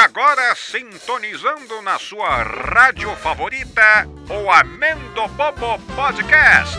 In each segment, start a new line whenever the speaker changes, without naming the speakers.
agora sintonizando na sua rádio favorita, o Amendo Bobo Podcast.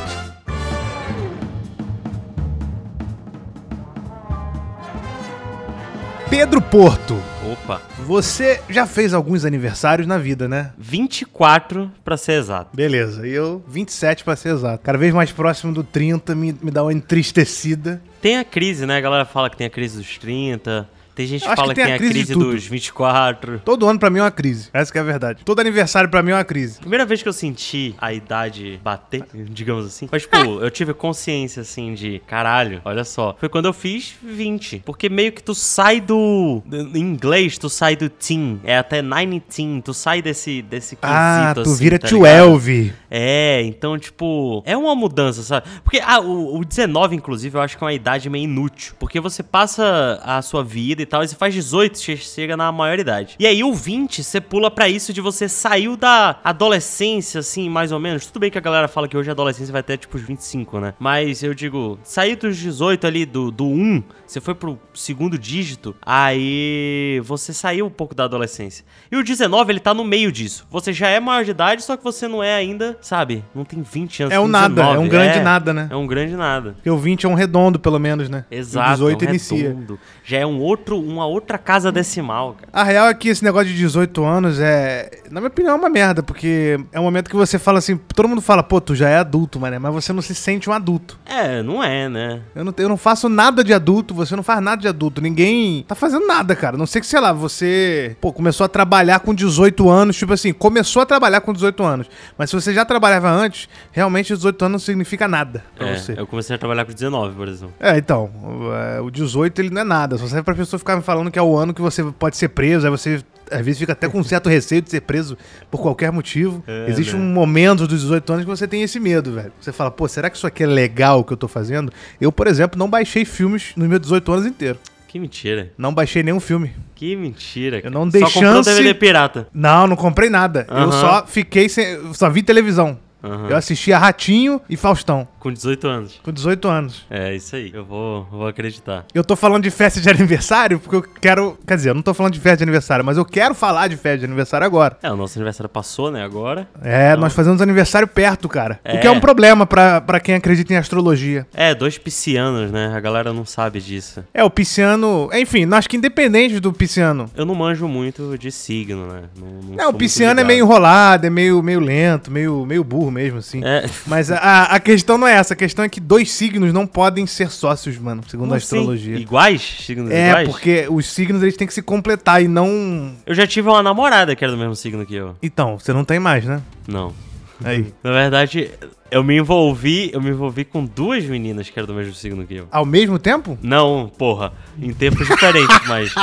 Pedro Porto,
Opa,
você já fez alguns aniversários na vida, né?
24 pra ser exato.
Beleza, e eu 27 pra ser exato. Cada vez mais próximo do 30 me, me dá uma entristecida.
Tem a crise, né? A galera fala que tem a crise dos 30. Tem gente
Eu
que
acho
fala
que
que
tem
tem,
a
a
crise de
crise
tudo.
dos 24.
Todo ano pra mim é uma crise, essa que é a verdade. Todo aniversário pra mim é uma crise.
Primeira vez que eu senti a idade bater, digamos assim. Mas, tipo, eu tive consciência, assim, de caralho, olha só. Foi quando eu fiz 20. Porque meio que tu sai do. do- Em inglês, tu sai do teen. É até 19. Tu sai desse, desse quesito,
Ah, tu
assim,
vira
tá ligado?
12.
É, então, tipo, é uma mudança, sabe? Porque ah, o, o 19, inclusive, eu acho que é uma idade meio inútil. Porque você passa a sua vida e tal, e você faz 18, che- chega na maioridade. E aí o 20, você pula pra isso de você saiu da adolescência, assim, mais ou menos. Tudo bem que a galera fala que hoje a adolescência vai até, tipo, os 25, né? Mas eu digo, sair dos 18 ali, do, do 1, você foi pro segundo dígito, aí você saiu um pouco da adolescência. E o 19, ele tá no meio disso. Você já é maior de idade, só que você não é ainda, sabe? Não tem 20 anos.
É um
tem
nada,
19.
é um grande nada, né?
É um grande nada.
Porque o 20 é um redondo, pelo menos, né? E o
Exato.
18
é um
inicia.
redondo. Já é um outro, uma outra casa decimal, cara.
A real é que esse negócio de 18 anos é, na minha opinião, é uma merda, porque é um momento que você fala assim, todo mundo fala, pô, tu já é adulto, mané, mas você não se sente um adulto.
É, não é, né?
Eu não, eu não faço nada de adulto, você não faz nada de adulto. Ninguém tá fazendo nada, cara. A Não sei que, sei lá, você, pô, começou a trabalhar com 18 anos, tipo assim, começou a trabalhar com 18 anos. Mas se você já trabalhava antes, realmente 18 anos não significa nada pra
É,
você.
eu comecei a trabalhar com 19, por exemplo.
É, então, o- é, o 18 ele não é nada, só serve pra pessoa ficar me falando que é o ano que você pode ser preso, aí você às vezes fica até com um certo receio de ser preso por qualquer motivo.
É,
Existe
né?
um momento dos 18 anos que você tem esse medo, velho. Você fala, pô, será que isso aqui é legal o que eu tô fazendo? Eu, por exemplo, não baixei filmes nos meus 18 anos inteiro.
Que mentira.
Não baixei nenhum filme.
Que mentira, cara.
não dei
Só comprou
chance-
DVD pirata.
Não, não comprei nada. Eu
Aham.
só fiquei sem. eu Só vi televisão.
Aham.
Eu assistia Ratinho e Faustão,
Com 18 anos.
com 18 anos.
É, isso aí. Eu vou, vou acreditar.
Eu tô falando de festa de aniversário porque eu quero. Quer dizer, eu não tô falando de festa de aniversário, mas eu quero falar de festa de aniversário agora.
É, o nosso aniversário passou, né? Agora.
É, nós fazemos aniversário perto, cara. O que é
É.
um problema pra pra quem acredita em astrologia.
É, dois piscianos, né? A galera não sabe disso.
É, o pisciano. Enfim, acho que independente do pisciano.
Eu não manjo muito de signo, né? Não, não
É,
sou
o
muito
pisciano é
ligado.
meio enrolado, é meio, meio lento, meio, meio burro mesmo, assim.
É.
Mas a, a questão não é essa, a questão é que dois signos não podem ser sócios, mano, segundo
Como
a
assim?
astrologia.
Iguais? Signos
É,
iguais?
porque os signos eles têm que se completar e não.
Eu já tive uma namorada que era do mesmo signo que eu.
Então, você não tem mais, né?
Não.
Aí.
Na verdade, eu me envolvi. Eu me envolvi com duas meninas que eram do mesmo signo que eu.
Ao mesmo tempo?
Não, porra. Em tempos diferentes, mas.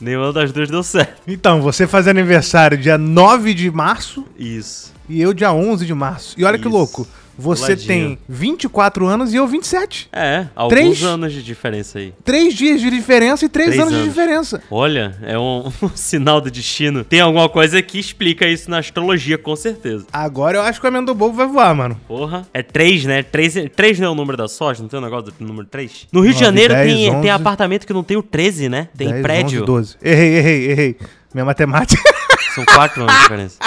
Nenhuma das duas deu certo.
Então, você faz aniversário dia 9 de março
Isso.
e eu dia 11 de março. E olha que
Isso.
louco, você
Ladinho.
tem 24 anos e eu 27.
É, alguns
Três?
anos de diferença aí.
Três dias de diferença e três,
Três
anos, de
anos.
diferença.
Olha, é um, um sinal do destino. Tem alguma coisa que explica isso na astrologia, com certeza.
Agora eu acho que o Amendo Bobo vai voar, mano.
Porra. É três, né? Três, três não é o número da sorte, não tem o negócio do número três? No Rio de
Nove,
Janeiro
dez,
tem,
onze.
tem apartamento que não tem o 13, né? Tem
10,
prédio.
11, 12. Errei, errei, errei. Minha matemática.
São quatro anos de diferença.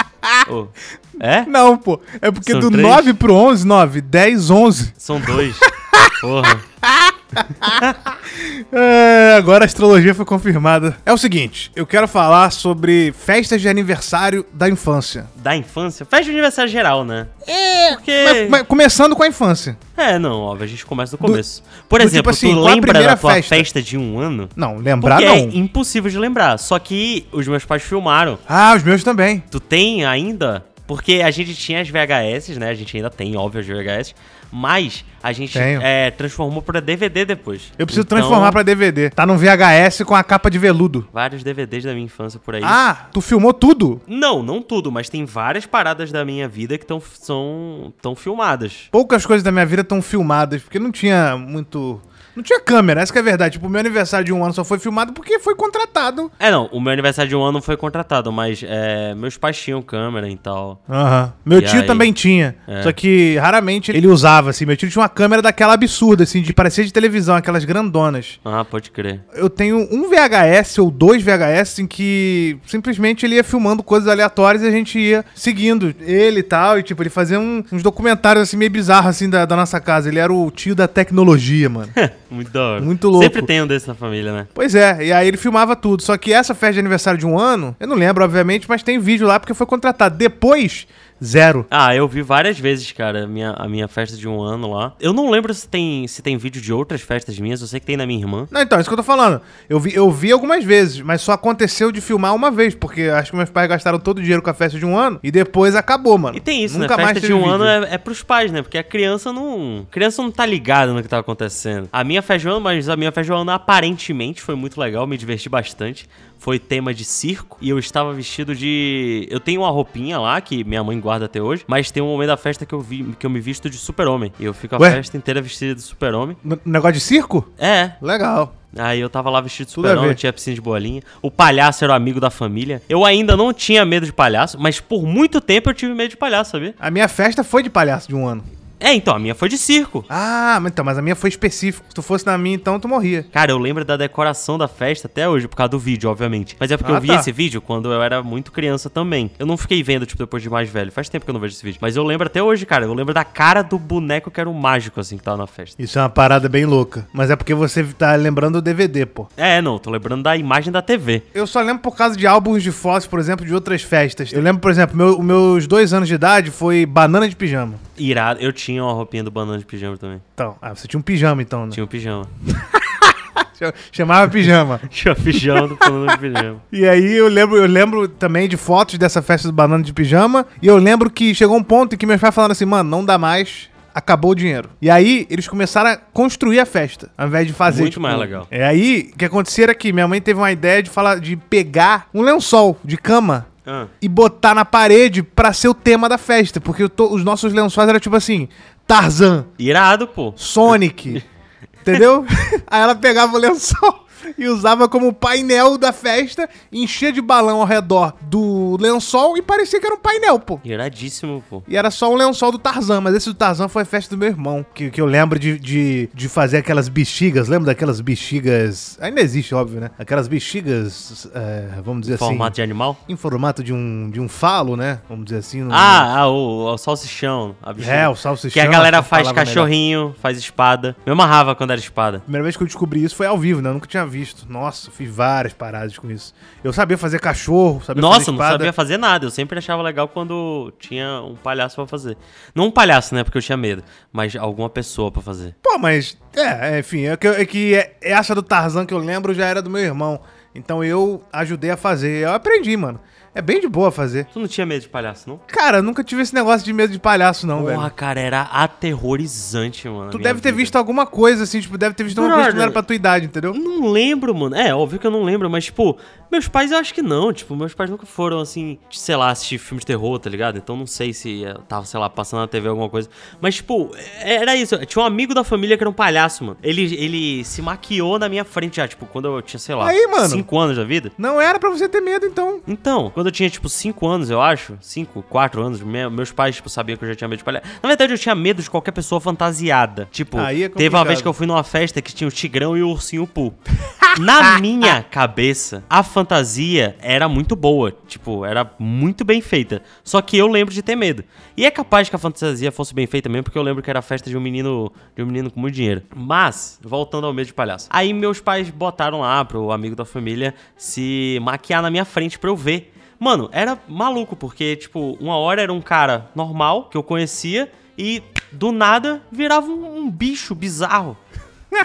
Ô, É?
Não, pô. É porque
São
do
três?
9 pro 11, 9, 10, 11.
São dois. Porra.
É, agora a astrologia foi confirmada. É o seguinte, eu quero falar sobre festas de aniversário da infância.
Da infância. Festa de aniversário geral, né? É. Porque.
Mas- mas começando com a infância.
É, não, óbvio, a gente começa do
Do-
começo. Por
do tipo
exemplo,
assim,
tu
qual a
lembra
primeira
da tua
festa?
festa? de um ano?
Não, lembrar
Porque
não.
é impossível de lembrar. Só que os meus pais filmaram.
Ah, os meus também.
Tu tem ainda? Porque a gente tinha as VHS, né? A gente ainda tem, óbvio, as VHS. Mas a gente
Tenho.
é, transformou pra DVD depois.
Eu preciso
Então,
transformar pra DVD. Tá num VHS com a capa de veludo.
Vários DVDs da minha infância por aí.
Ah, tu filmou tudo?
Não, não tudo, mas tem várias paradas da minha vida que tão, são tão filmadas.
Poucas coisas da minha vida estão filmadas, porque não tinha muito Não tinha câmera, essa que é a verdade. Tipo, o meu aniversário de um ano só foi filmado porque foi contratado.
É, não, o meu aniversário de um ano foi contratado, mas é, meus pais tinham câmera e tal.
Aham. Meu
E
tio
aí? É.
também tinha. Só que raramente ele usava, assim. Meu tio tinha uma câmera daquela absurda, assim, de parecer de televisão, aquelas grandonas.
Ah, pode crer.
Eu tenho um VHS ou dois VHS em que simplesmente ele ia filmando coisas aleatórias e a gente ia seguindo ele e tal. E tipo, ele fazia um- uns documentários assim meio bizarros assim da, da nossa casa. Ele era o tio da tecnologia, mano.
Muito da hora.
Muito louco.
Sempre tem um desse na família, né?
pois é, e aí ele filmava tudo. Só que essa festa de aniversário de um ano, eu não lembro, obviamente, mas tem vídeo lá porque foi contratado. Depois, zero.
Ah, eu vi várias vezes, cara, a minha, a minha festa de um ano lá. Eu não lembro se tem, se tem vídeo de outras festas minhas, eu sei que tem na minha irmã.
Não, então, isso que eu tô falando. Eu vi, eu vi algumas vezes, mas só aconteceu de filmar uma vez, porque acho que meus pais gastaram todo o dinheiro com a festa de um ano e depois acabou, mano.
E tem isso,
Nunca
né?
mais
Festa de
teve
um
vídeo.
ano é, é pros pais, né? Porque a criança não. a criança não tá ligada no que tá acontecendo. A minha festa de um ano, mas a minha festa de um ano aparentemente foi muito legal, me diverti bastante. Foi tema de circo e eu estava vestido de. Eu tenho uma roupinha lá que minha mãe guarda até hoje, mas tem um momento da festa que eu, vi, que eu me visto de super-homem. E eu fico a
Ué?
festa inteira vestida de super-homem.
No- negócio de circo?
É,
Legal.
Aí eu tava lá vestido de
Tudo a
super
ver.
tinha piscina de bolinha. O palhaço era o amigo da família. Eu ainda não tinha medo de palhaço, mas por muito tempo eu tive medo de palhaço, sabia?
A minha festa foi de palhaço de um ano.
É, então, a minha foi de circo.
Ah, mas então, mas a minha foi específica. Se tu fosse na minha, então tu morria.
Cara, eu lembro da decoração da festa até hoje, por causa do vídeo, obviamente. Mas é porque
Ah,
eu vi
tá.
esse vídeo quando eu era muito criança também. Eu não fiquei vendo, tipo, depois de mais velho. Faz tempo que eu não vejo esse vídeo. Mas eu lembro até hoje, cara. Eu lembro da cara do boneco que era o mágico, assim, que tava na festa.
Isso é uma parada bem louca. Mas é porque você tá lembrando o DVD, pô.
É, não, tô lembrando da imagem da TV.
Eu só lembro por causa de álbuns de fotos, por exemplo, de outras festas. Eu lembro, por exemplo, meu, os meus dois anos de idade foi banana de pijama.
Irado. Eu tinha uma roupinha do banana de pijama também.
Então, ah, você tinha um pijama então, né?
Tinha um pijama.
Chamava pijama.
Tinha um pijama do banana de pijama.
E aí eu lembro, eu lembro também de fotos dessa festa do banana de pijama. E eu lembro que chegou um ponto em que meus pais falaram assim, mano, não dá mais. Acabou o dinheiro. E aí, eles começaram a construir a festa, ao invés de fazer.
Muito mais legal.
E aí, o que aconteceu era que minha mãe teve uma ideia de falar de pegar um lençol de cama
Ah.
e botar na parede pra ser o tema da festa. Porque eu tô- os nossos lençóis eram tipo assim: Tarzan,
Irado, pô.
Sonic. entendeu? Aí ela pegava o lençol e usava como painel da festa, enchia de balão ao redor do lençol e parecia que era um painel, pô.
Iradíssimo, pô.
E era só um lençol do Tarzan, mas esse do Tarzan foi a festa do meu irmão. Que, que eu lembro de, de, de fazer aquelas bexigas, lembra daquelas bexigas. Ainda existe, óbvio, né? Aquelas bexigas, é, vamos dizer assim.
Formato de animal?
Em formato de um, de um falo, né? Vamos dizer assim. no-
Ah, ah, o, o salsichão. A bexiga.
É, o salsichão,
Que a galera
essa
faz
palavra
cachorrinho, faz espada. Eu amarrava quando era espada.
A primeira vez que eu descobri isso foi ao vivo, né? Eu nunca tinha visto. Nossa, eu fiz várias paradas com isso. Eu sabia fazer cachorro, sabia
Nossa,
fazer
eu não
espada.
sabia fazer nada. Eu sempre achava legal quando tinha um palhaço pra fazer. Não um palhaço, né? Porque eu tinha medo. Mas alguma pessoa pra fazer.
Pô, mas. É, é, enfim, é que, eu- é que é- essa do Tarzan que eu lembro já era do meu irmão. Então eu ajudei a fazer. Eu aprendi, mano. É bem de boa fazer.
Tu não tinha medo de palhaço, não?
Cara, eu nunca tive esse negócio de medo de palhaço, não,
Porra,
velho.
cara, era aterrorizante, mano. a
Tu
minha
deve ter
vida.
visto alguma coisa, assim, tipo, deve ter visto alguma coisa que não era pra tua idade, entendeu?
Não lembro, mano. É, óbvio que eu não lembro, mas, tipo, meus pais eu acho que não. Tipo, meus pais nunca foram, assim, de, sei lá, assistir filme de terror, tá ligado? Então não sei se eh, tava, sei lá, passando na TV alguma coisa. Mas, tipo, é- era isso. Tinha um amigo da família que era um palhaço, mano. Ele, ele se maquiou na minha frente já, tipo, quando eu tinha, sei lá,
Aí, mano.
5 anos da vida.
Não era pra você ter medo, então.
Então, quando eu tinha, tipo, 5 anos, eu acho, 5, 4 anos, me- meus pais, tipo, sabiam que eu já tinha medo de palhaço. Na verdade, eu tinha medo de qualquer pessoa fantasiada. Tipo,
Aí é
teve uma
complicado.
vez que eu fui numa festa que tinha o Tigrão e o Ursinho Poo. Na minha cabeça, a fantasia era muito boa. Tipo, era muito bem feita. Só que eu lembro de ter medo. E é capaz que a fantasia fosse bem feita mesmo, porque eu lembro que era a festa de um menino de um menino com muito dinheiro. Mas, voltando ao medo de palhaço. Aí meus pais botaram lá pro amigo da família se maquiar na minha frente pra eu ver. Mano, era maluco, porque, tipo, uma hora era um cara normal, que eu conhecia, e do nada virava um, um bicho bizarro.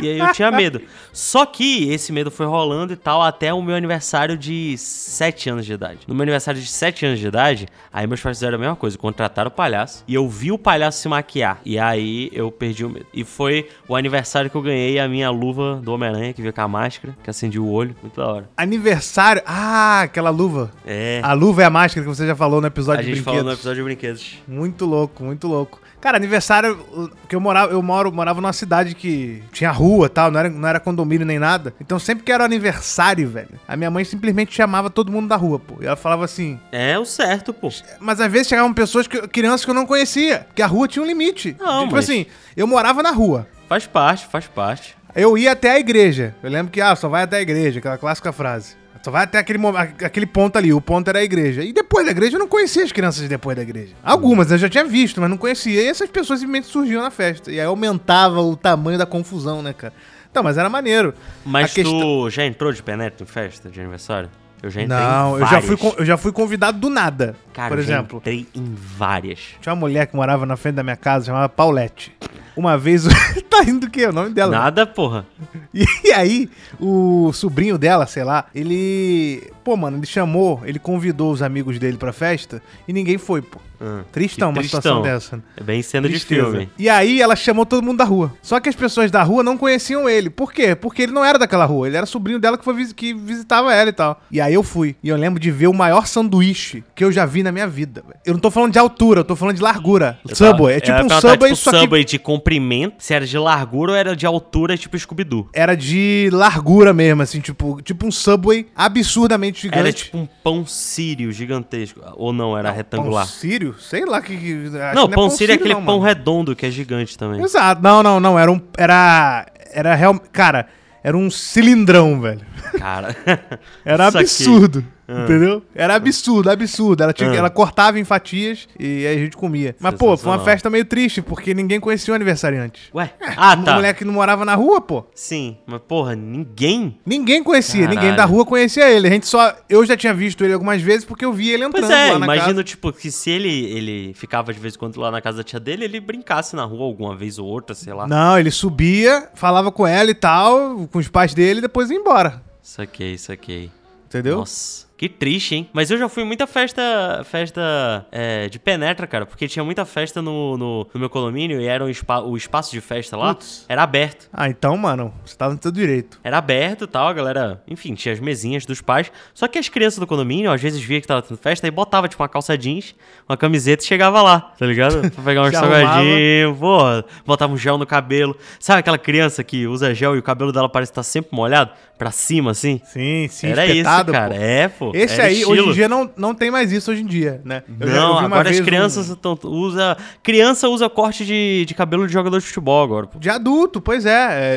E aí eu tinha medo. Só que esse medo foi rolando e tal até o meu aniversário de 7 anos de idade. No meu aniversário de 7 anos de idade, aí meus pais fizeram a mesma coisa, contrataram o palhaço e eu vi o palhaço se maquiar. E aí eu perdi o medo. E foi o aniversário que eu ganhei a minha luva do Homem-Aranha, que veio com a máscara, que acendia o olho. Muito da hora.
Aniversário. Ah, aquela luva.
É.
A luva é a máscara que você já falou no episódio
A
Ah, de
gente
brinquedos.
falou no episódio de brinquedos.
Muito louco, muito louco. Cara, aniversário, o- que eu morava, eu moro, morava numa cidade que tinha rua tal, não era, não era condomínio nem nada. Então sempre que era aniversário, velho, a minha mãe simplesmente chamava todo mundo da rua, pô. E ela falava assim.
É o certo, pô.
Mas às vezes chegavam pessoas, que, crianças que eu não conhecia, porque a rua tinha um limite.
Não,
tipo
mas-
assim, eu morava na rua.
Faz parte, faz parte.
Eu ia até a igreja. Eu lembro que, ah, só vai até a igreja, aquela clássica frase. Só vai até aquele, mo- a- aquele ponto ali, o ponto era a igreja. E depois da igreja eu não conhecia as crianças de depois da igreja. Algumas né, eu já tinha visto, mas não conhecia. E essas pessoas simplesmente surgiam na festa. E aí aumentava o tamanho da confusão, né, cara? Então, mas era maneiro.
Mas
A questão-
tu já entrou de penetra em festa de aniversário? Eu já entrei
Não,
em
eu já,
várias.
fui, con- eu já fui convidado do nada.
Cara,
por
eu já
exemplo,
entrei em várias.
tinha uma mulher que morava na frente da minha casa, chamava Paulette. Uma vez. tá rindo do quê? O nome dela?
Nada, porra.
E aí, o sobrinho dela, sei lá, ele. Pô, mano, ele chamou, ele convidou os amigos dele pra festa e ninguém foi, pô.
Ah,
Tristão,
que
uma situação dessa. né?
É bem cena
Tristeza.
de filme.
E aí ela chamou todo mundo da rua. Só que as pessoas da rua não conheciam ele. Por quê? Porque ele não era daquela rua. Ele era sobrinho dela que, foi, visi- que visitava ela e tal. E aí eu fui. E eu lembro de ver o maior sanduíche que eu já vi na minha vida. velho. Eu não tô falando de altura, eu tô falando de largura.
Eu tava-
Subway. É
eu
tipo
ia
um
perguntar,
subway,
tipo
só que
Subway de comprimento, se era de largura ou era de altura, tipo Scooby-Doo.
era de largura mesmo, assim, tipo, tipo um subway absurdamente gigante.
Era tipo um pão sírio gigantesco. Ou não, era retangular.
Pão sírio? Sei lá que. que- acho que
não, pão, sírio é aquele
não,
pão
mano.
redondo que é gigante também.
Exato. Não, não, não. Era um. Era. Era real. Cara, era um cilindrão, velho.
Cara.
Era
Saquei. Ah.
absurdo. Entendeu? Era absurdo, absurdo. Ela, tinha, ela cortava em fatias e aí a gente comia. Mas, pô, foi uma
Sensacional.
festa meio triste, porque ninguém conhecia o aniversariante.
Ué? Ah,
O
tá.
moleque não morava na rua, pô.
Sim, mas porra, ninguém?
Ninguém conhecia,
Caralho.
ninguém da rua conhecia ele. A gente só. Eu já tinha visto ele algumas vezes porque eu vi ele entrando
Pois é,
lá na
imagino,
casa.
tipo, que se ele, ele ficava de vez em quando lá na casa da tia dele, ele brincasse na rua alguma vez ou outra, sei lá.
Não, ele subia, falava com ela e tal, com os pais dele e depois ia embora.
Saquei, saquei.
Entendeu?
Nossa, que triste, hein? Mas eu já fui em muita festa festa é, de penetra, cara, porque tinha muita festa no, no, no meu condomínio e era um espa- o espaço de festa lá
Putz.
era aberto.
Ah, então, mano, você tava no seu direito.
Era aberto e tal, a galera, enfim, tinha as mesinhas dos pais. Só que as crianças do condomínio às vezes via que tava tendo festa e botava tipo uma calça jeans, uma camiseta e chegava lá, tá ligado? Pra pegar uns
Já arrumava.
salgadinhos, porra, botava um gel no cabelo. Sabe aquela criança que usa gel e o cabelo dela parece estar sempre molhado pra cima assim?
Sim, sim,
era
espetado,
isso, cara.
pô.
É, pô.
Esse
era
aí, hoje
estilo.
em dia, não, não tem mais isso hoje em dia, né? Eu já- eu
Não,
vi uma
agora as
vez um-
crianças tão- usa criança usa corte de, de cabelo de jogador de futebol agora. pô.
De adulto, pois é.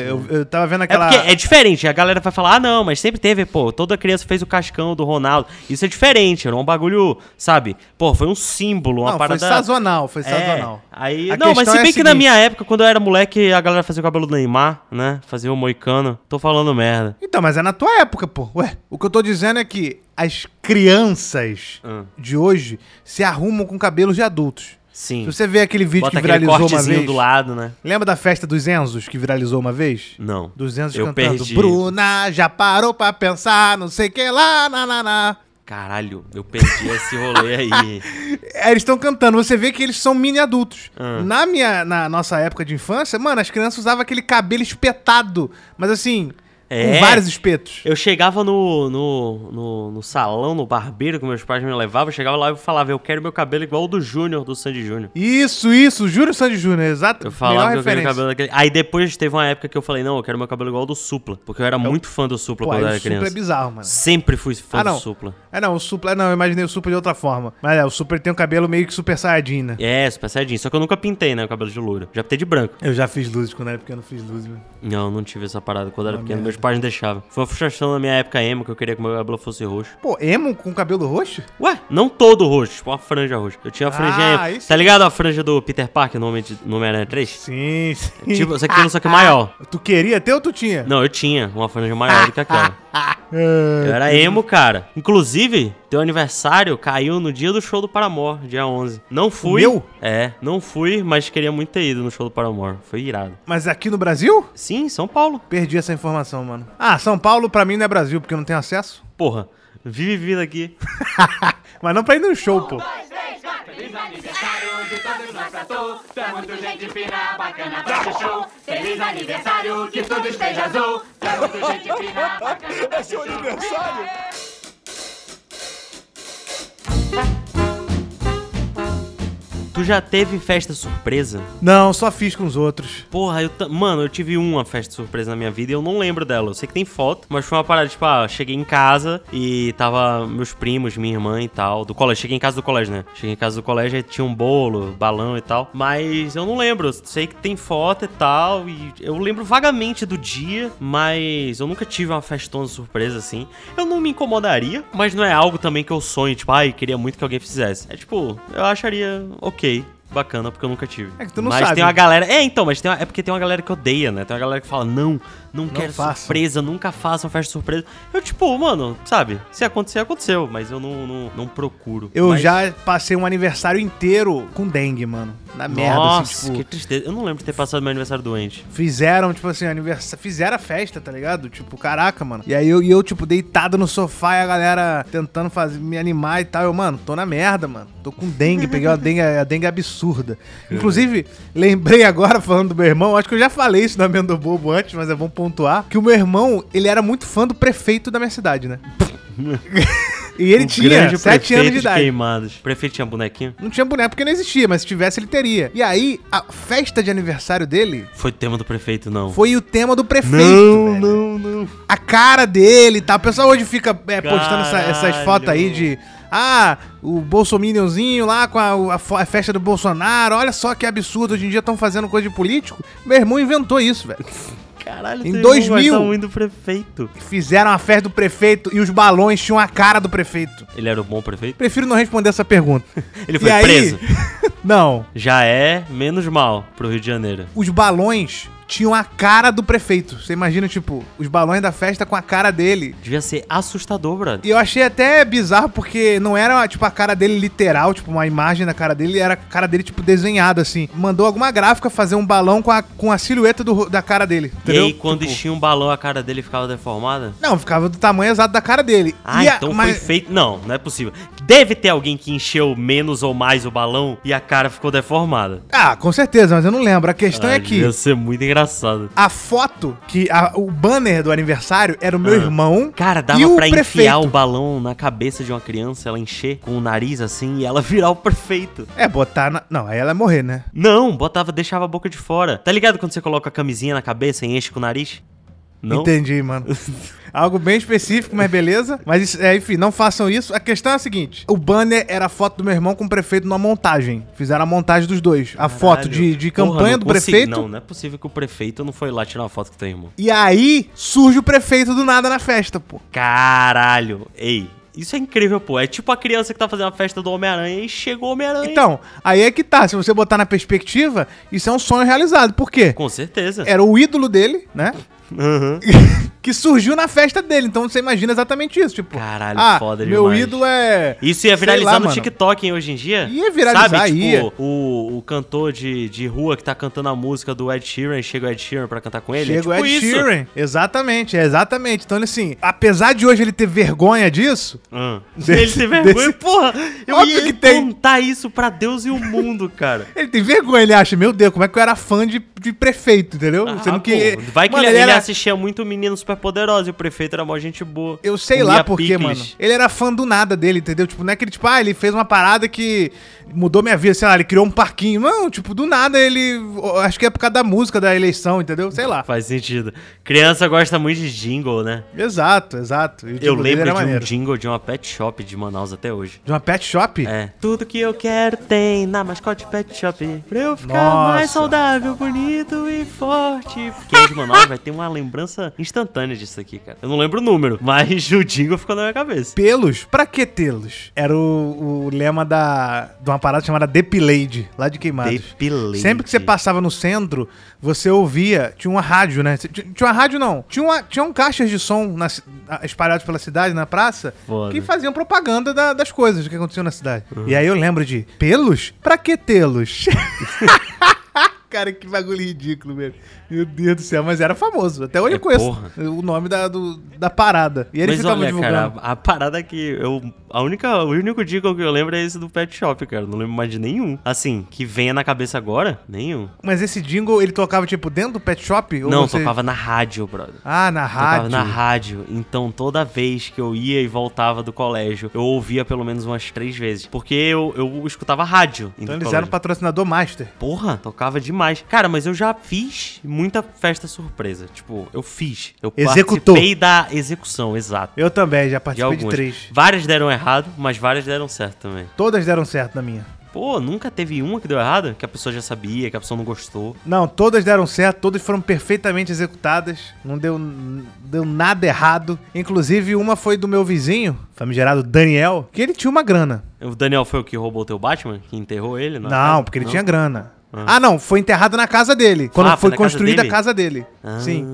é, eu, eu tava vendo
É
aquela.
porque é diferente, a galera vai falar, ah não, mas sempre teve, pô, toda criança fez o cascão do Ronaldo. Isso é diferente, era um bagulho, sabe? Pô, foi um símbolo, uma
não,
parada...
foi sazonal, foi
É,
sazonal.
Aí,
A
não, mas
questão
se
é a
bem que na
seguinte.
minha época, quando eu era moleque, a galera fazia o cabelo do Neymar, né? Fazia o moicano. Tô falando merda.
Então, mas é na tua época, pô. Ué, o que eu tô dizendo é que as crianças
Hum.
de hoje se arrumam com cabelos de adultos.
Sim.
Se você vê aquele vídeo
Bota
que
aquele
viralizou uma
cortezinho
vez.
do lado, né?
Lembra da festa dos Enzos que viralizou uma vez?
Não.
Dos Enzos
Eu
cantando.
perdi.
Bruna já parou pra pensar, não sei o que lá, nananá.
Caralho, eu perdi esse rolê aí.
É, eles estão cantando, você vê que eles são mini adultos.
Ah.
Na minha, na nossa época de infância, mano, as crianças usavam aquele cabelo espetado, mas assim,
É.
com vários espetos.
Eu chegava no, no, no, no salão, no barbeiro que meus pais me levavam, eu chegava lá e falava, eu quero meu cabelo igual o do Júnior, do Sandy Júnior.
Isso, isso, Júlio Sandy Júnior, exato.
Eu falava
melhor
que eu queria o
referência.
cabelo daquele. Aí depois teve uma época que eu falei, não, eu quero meu cabelo igual ao do Supla. Porque eu era muito fã do Supla
Pô, aí
quando eu
o
era
Supla
criança.
é bizarro, mano.
Sempre fui fã
Ah,
do
não.
Supla.
É, não, o Supla, não, eu imaginei o Supla de outra forma. Mas é, o Supla tem um cabelo meio que super saiyajin, né?
É, super saiyajin. Só que eu nunca pintei, né, o cabelo de louro. Já pintei de branco.
Eu já fiz luzes quando era pequeno, eu fiz luzes. mano.
Não, não tive essa parada quando eu era
Uma
pequeno.
merda.
Meus pais não deixavam. Foi uma frustração na minha época emo que eu queria que meu cabelo fosse roxo.
Pô, emo com cabelo roxo?
Ué, não todo roxo, tipo uma franja roxa. Eu tinha uma franjinha.
Ah,
emo.
isso
tá ligado a franja do Peter Parker no Homem de- no Homem-Aranha 3?
Sim, sim.
Tipo, isso aqui não
Ah,
só que maior.
Tu queria ter ou tu tinha?
Não, eu tinha uma franja maior do que aquela.
É.
Eu era emo, cara. Inclusive, teu aniversário caiu no dia do show do Paramore, dia 11. Não fui.
meu?
É, não fui, mas queria muito ter ido no show do Paramore. Foi irado.
Mas aqui no Brasil?
Sim, São Paulo.
Perdi essa informação, mano. Ah, São Paulo pra mim não é Brasil, porque eu não tenho acesso.
Porra, vive vida aqui.
Mas não pra ir no show, pô.
Feliz aniversário de todos nós pra tu Tá muito gente fina, bacana pra esse show Feliz aniversário, que tudo esteja azul Tá muito gente fina, bacana pra esse show
Tu Tu já teve festa surpresa?
Não, só fiz com os outros.
Porra, eu ta- mano, eu tive uma festa surpresa na minha vida e eu não lembro dela. Eu sei que tem foto, mas foi uma parada, tipo, ah, cheguei em casa e tava meus primos, minha irmã e tal, do colégio. Cheguei em casa do colégio, né? Cheguei em casa do colégio e tinha um bolo, balão e tal. Mas eu não lembro. Eu sei que tem foto e tal. E eu lembro vagamente do dia, mas eu nunca tive uma festona surpresa assim. Eu não me incomodaria, mas não é algo também que eu sonho, tipo, ai, queria muito que alguém fizesse. É tipo, eu acharia ok. Bacana, porque eu nunca tive.
É que tu não
mas
sabe.
tem uma galera. É, então, mas tem uma- é porque tem uma galera que odeia, né? Tem uma galera que fala, não, não, quero
faça.
surpresa, nunca faça uma festa surpresa. Eu, tipo, mano, sabe? Se acontecer, aconteceu, mas eu não, não, não procuro.
Eu
Mas-
já passei um aniversário inteiro com dengue, mano. Na merda,
Nossa,
assim, tipo,
que tristeza. Eu não lembro de ter passado meu aniversário doente.
Fizeram, tipo assim, aniversário. Fizeram a festa, tá ligado? Tipo, caraca, mano. E aí eu, e eu, tipo, deitado no sofá e a galera tentando fazer, me animar e tal. Eu, mano, tô na merda, mano. Tô com dengue. Peguei uma dengue, a dengue absurda.
Uhum.
Inclusive, lembrei agora, falando do meu irmão, acho que eu já falei isso na Mendo Bobo antes, mas é bom pontuar, que o meu irmão, ele era muito fã do prefeito da minha cidade, né? e ele
O
tinha
grande
7 anos
prefeito
de idade.
Queimados. O prefeito tinha bonequinho?
Não tinha boneco porque não existia, mas se tivesse ele teria. E aí, a festa de aniversário dele
Foi tema do prefeito, não.
foi o tema do prefeito. velho.
não.
A cara dele e tal. O pessoal hoje fica é, postando essa- essas
Caralho.
fotos aí de. Ah, o Bolsominiãozinho lá com a, a fo- a festa do Bolsonaro. Olha só que absurdo. Hoje em dia estão fazendo coisa de político. Meu irmão inventou isso, velho.
Caralho,
Em
teu irmão
2000.
vai dar um do prefeito.
Fizeram a festa do prefeito e os balões tinham a cara do prefeito.
Ele era o bom prefeito?
Prefiro não responder essa pergunta.
Ele foi
E aí-
preso?
não.
Já é menos mal pro Rio de Janeiro.
os balões tinham a cara do prefeito. Você imagina, tipo, os balões da festa com a cara dele.
Devia ser assustador, brother.
E eu achei até bizarro porque não era, tipo, a cara dele literal, tipo, uma imagem da cara dele, era a cara dele, tipo, desenhada, assim. Mandou alguma gráfica fazer um balão com a, com a silhueta do, da cara dele.
E
Entendeu?
aí, quando
Tipo,
tinha um balão, a cara dele ficava deformada?
Não, ficava do tamanho exato da cara dele.
Ah,
E a-
então
mas-
foi feito. Não, não é possível. Deve ter alguém que encheu menos ou mais o balão e a cara ficou deformada.
Ah, com certeza, mas eu não lembro. A questão é
Ah,
que.
Devia ser muito engraçado.
A foto, que a- o banner do aniversário era o meu
Ah.
irmão.
Cara,
e
dava
o
pra enfiar
prefeito.
o balão na cabeça de uma criança, ela encher com o nariz assim e ela virar o prefeito.
É, botar na. Não, aí ela ia morrer, né?
Não, botava, deixava a boca de fora. Tá ligado quando você coloca a camisinha na cabeça e enche com o nariz? Não?
Entendi, mano. Algo bem específico, mas beleza. Mas, isso- é, enfim, não façam isso. A questão é a seguinte: o banner era a foto do meu irmão com o prefeito numa montagem. Fizeram a montagem dos dois. A foto de, de
Porra,
campanha
não
do
consegui-
prefeito.
Não, não é possível que o prefeito não foi lá tirar uma foto com teu irmão.
E aí surge o prefeito do nada na festa, pô.
Caralho. Ei, isso é incrível, pô. É tipo a criança que tá fazendo a festa do Homem-Aranha e chegou o Homem-Aranha.
Então, aí é que tá. Se você botar na perspectiva, isso é um sonho realizado. Por quê?
Com certeza.
Era o ídolo dele, né?
Aham.
Que surgiu na festa dele. Então você imagina exatamente isso, tipo.
Caralho,
ah,
foda
Meu
demais.
ídolo é.
Isso ia
sei
viralizar
lá,
no
mano.
TikTok, hein, hoje em dia?
Ia viralizar,
Sabe, tipo,
ia.
O, o cantor de, de rua que tá cantando a música do Ed Sheeran, chega o Ed Sheeran pra cantar com ele?
Chega o
é tipo
Ed
isso.
Sheeran. Exatamente, é exatamente. Então, ele, assim, apesar de hoje ele ter vergonha disso,
Ah.
Desse-
ele tem vergonha,
desse-
porra! Eu
Óbvio
ia
que tem.
contar isso pra Deus e o mundo, cara.
ele tem vergonha, ele acha, meu Deus, como é que eu era fã de, de prefeito, entendeu?
Ah,
Sendo
pô, vai que
Mano,
ele, é assim, ele
era-
assistia muito Menino Super Poderoso e o prefeito era mó gente boa.
Eu sei
Comia
lá por quê,
picles.
mano. Ele era fã do nada dele, entendeu? Tipo, não é aquele tipo, ah, ele fez uma parada que mudou minha vida, sei lá, ele criou um parquinho. Não, tipo, do nada ele. Acho que é por causa da música da eleição, entendeu? Sei lá.
Faz sentido. Criança gosta muito de jingle, né?
Exato, exato. E o
Eu
jingle dele
lembro de
era
um
maneiro.
jingle de uma pet shop de Manaus até hoje.
De uma pet shop?
É. Tudo que eu quero tem na mascote pet shop. Pra eu ficar
Nossa.
mais saudável, bonito e forte. Porque é de Manaus vai ter uma lembrança instantânea disso aqui, cara. Eu não lembro o número, mas o jingle ficou na minha cabeça.
Pelos? Pra que tê-los? Era o, o lema da, de uma parada chamada Depilade, lá de Queimados.
Depilade.
Sempre que você passava no centro, você ouvia. Tinha uma rádio, né? Tinha tinha uma rádio, não. Tinha, uma, tinha um caixas de som na ci- a- espalhados pela cidade, na praça,
Foda. Uhum.
que faziam propaganda da- das coisas que aconteciam na cidade. E aí eu lembro de pelos? Pra que tê-los? Cara, que bagulho ridículo, velho. Meu Deus do céu, mas era famoso. Até hoje
É,
eu conheço
porra.
o nome da, do- da parada. E eles
Mas
ficavam
olha,
divulgando.
cara, a, a parada que eu a única, o único jingle que eu lembro é esse do Pet Shop, cara. Não lembro mais de nenhum. Assim, que venha na cabeça agora, nenhum.
Mas esse jingle, ele tocava, tipo, dentro do pet shop? Ou
não,
você-
tocava na rádio, brother.
Ah, na
Tocava
rádio.
na rádio. Então, toda vez que eu ia e voltava do colégio, eu ouvia pelo menos umas três vezes. Porque eu, eu escutava rádio. indo
Então
pro
eles
colégio.
eram patrocinador master.
Porra, tocava demais. Cara, mas eu já fiz muita festa surpresa. Tipo, eu fiz. Eu
Executou.
participei da execução, exato.
Eu também, já
De
participei de,
algumas.
três.
Várias deram errado, mas várias deram certo também.
Todas deram certo na minha.
Pô, nunca teve uma que deu errado? Que a pessoa já sabia, que a pessoa não gostou.
Não, todas deram certo, todas foram perfeitamente executadas. Não deu, deu nada errado. Inclusive, uma foi do meu vizinho, famigerado Daniel, que ele tinha uma grana.
O Daniel foi o que roubou teu Batman? Que enterrou ele? é na
Não,
casa?
porque ele tinha grana. Ah. não, foi enterrado na casa dele. Quando
Ah,
foi
foi na casa
construída
dele?
a casa dele.
Ah.
Sim.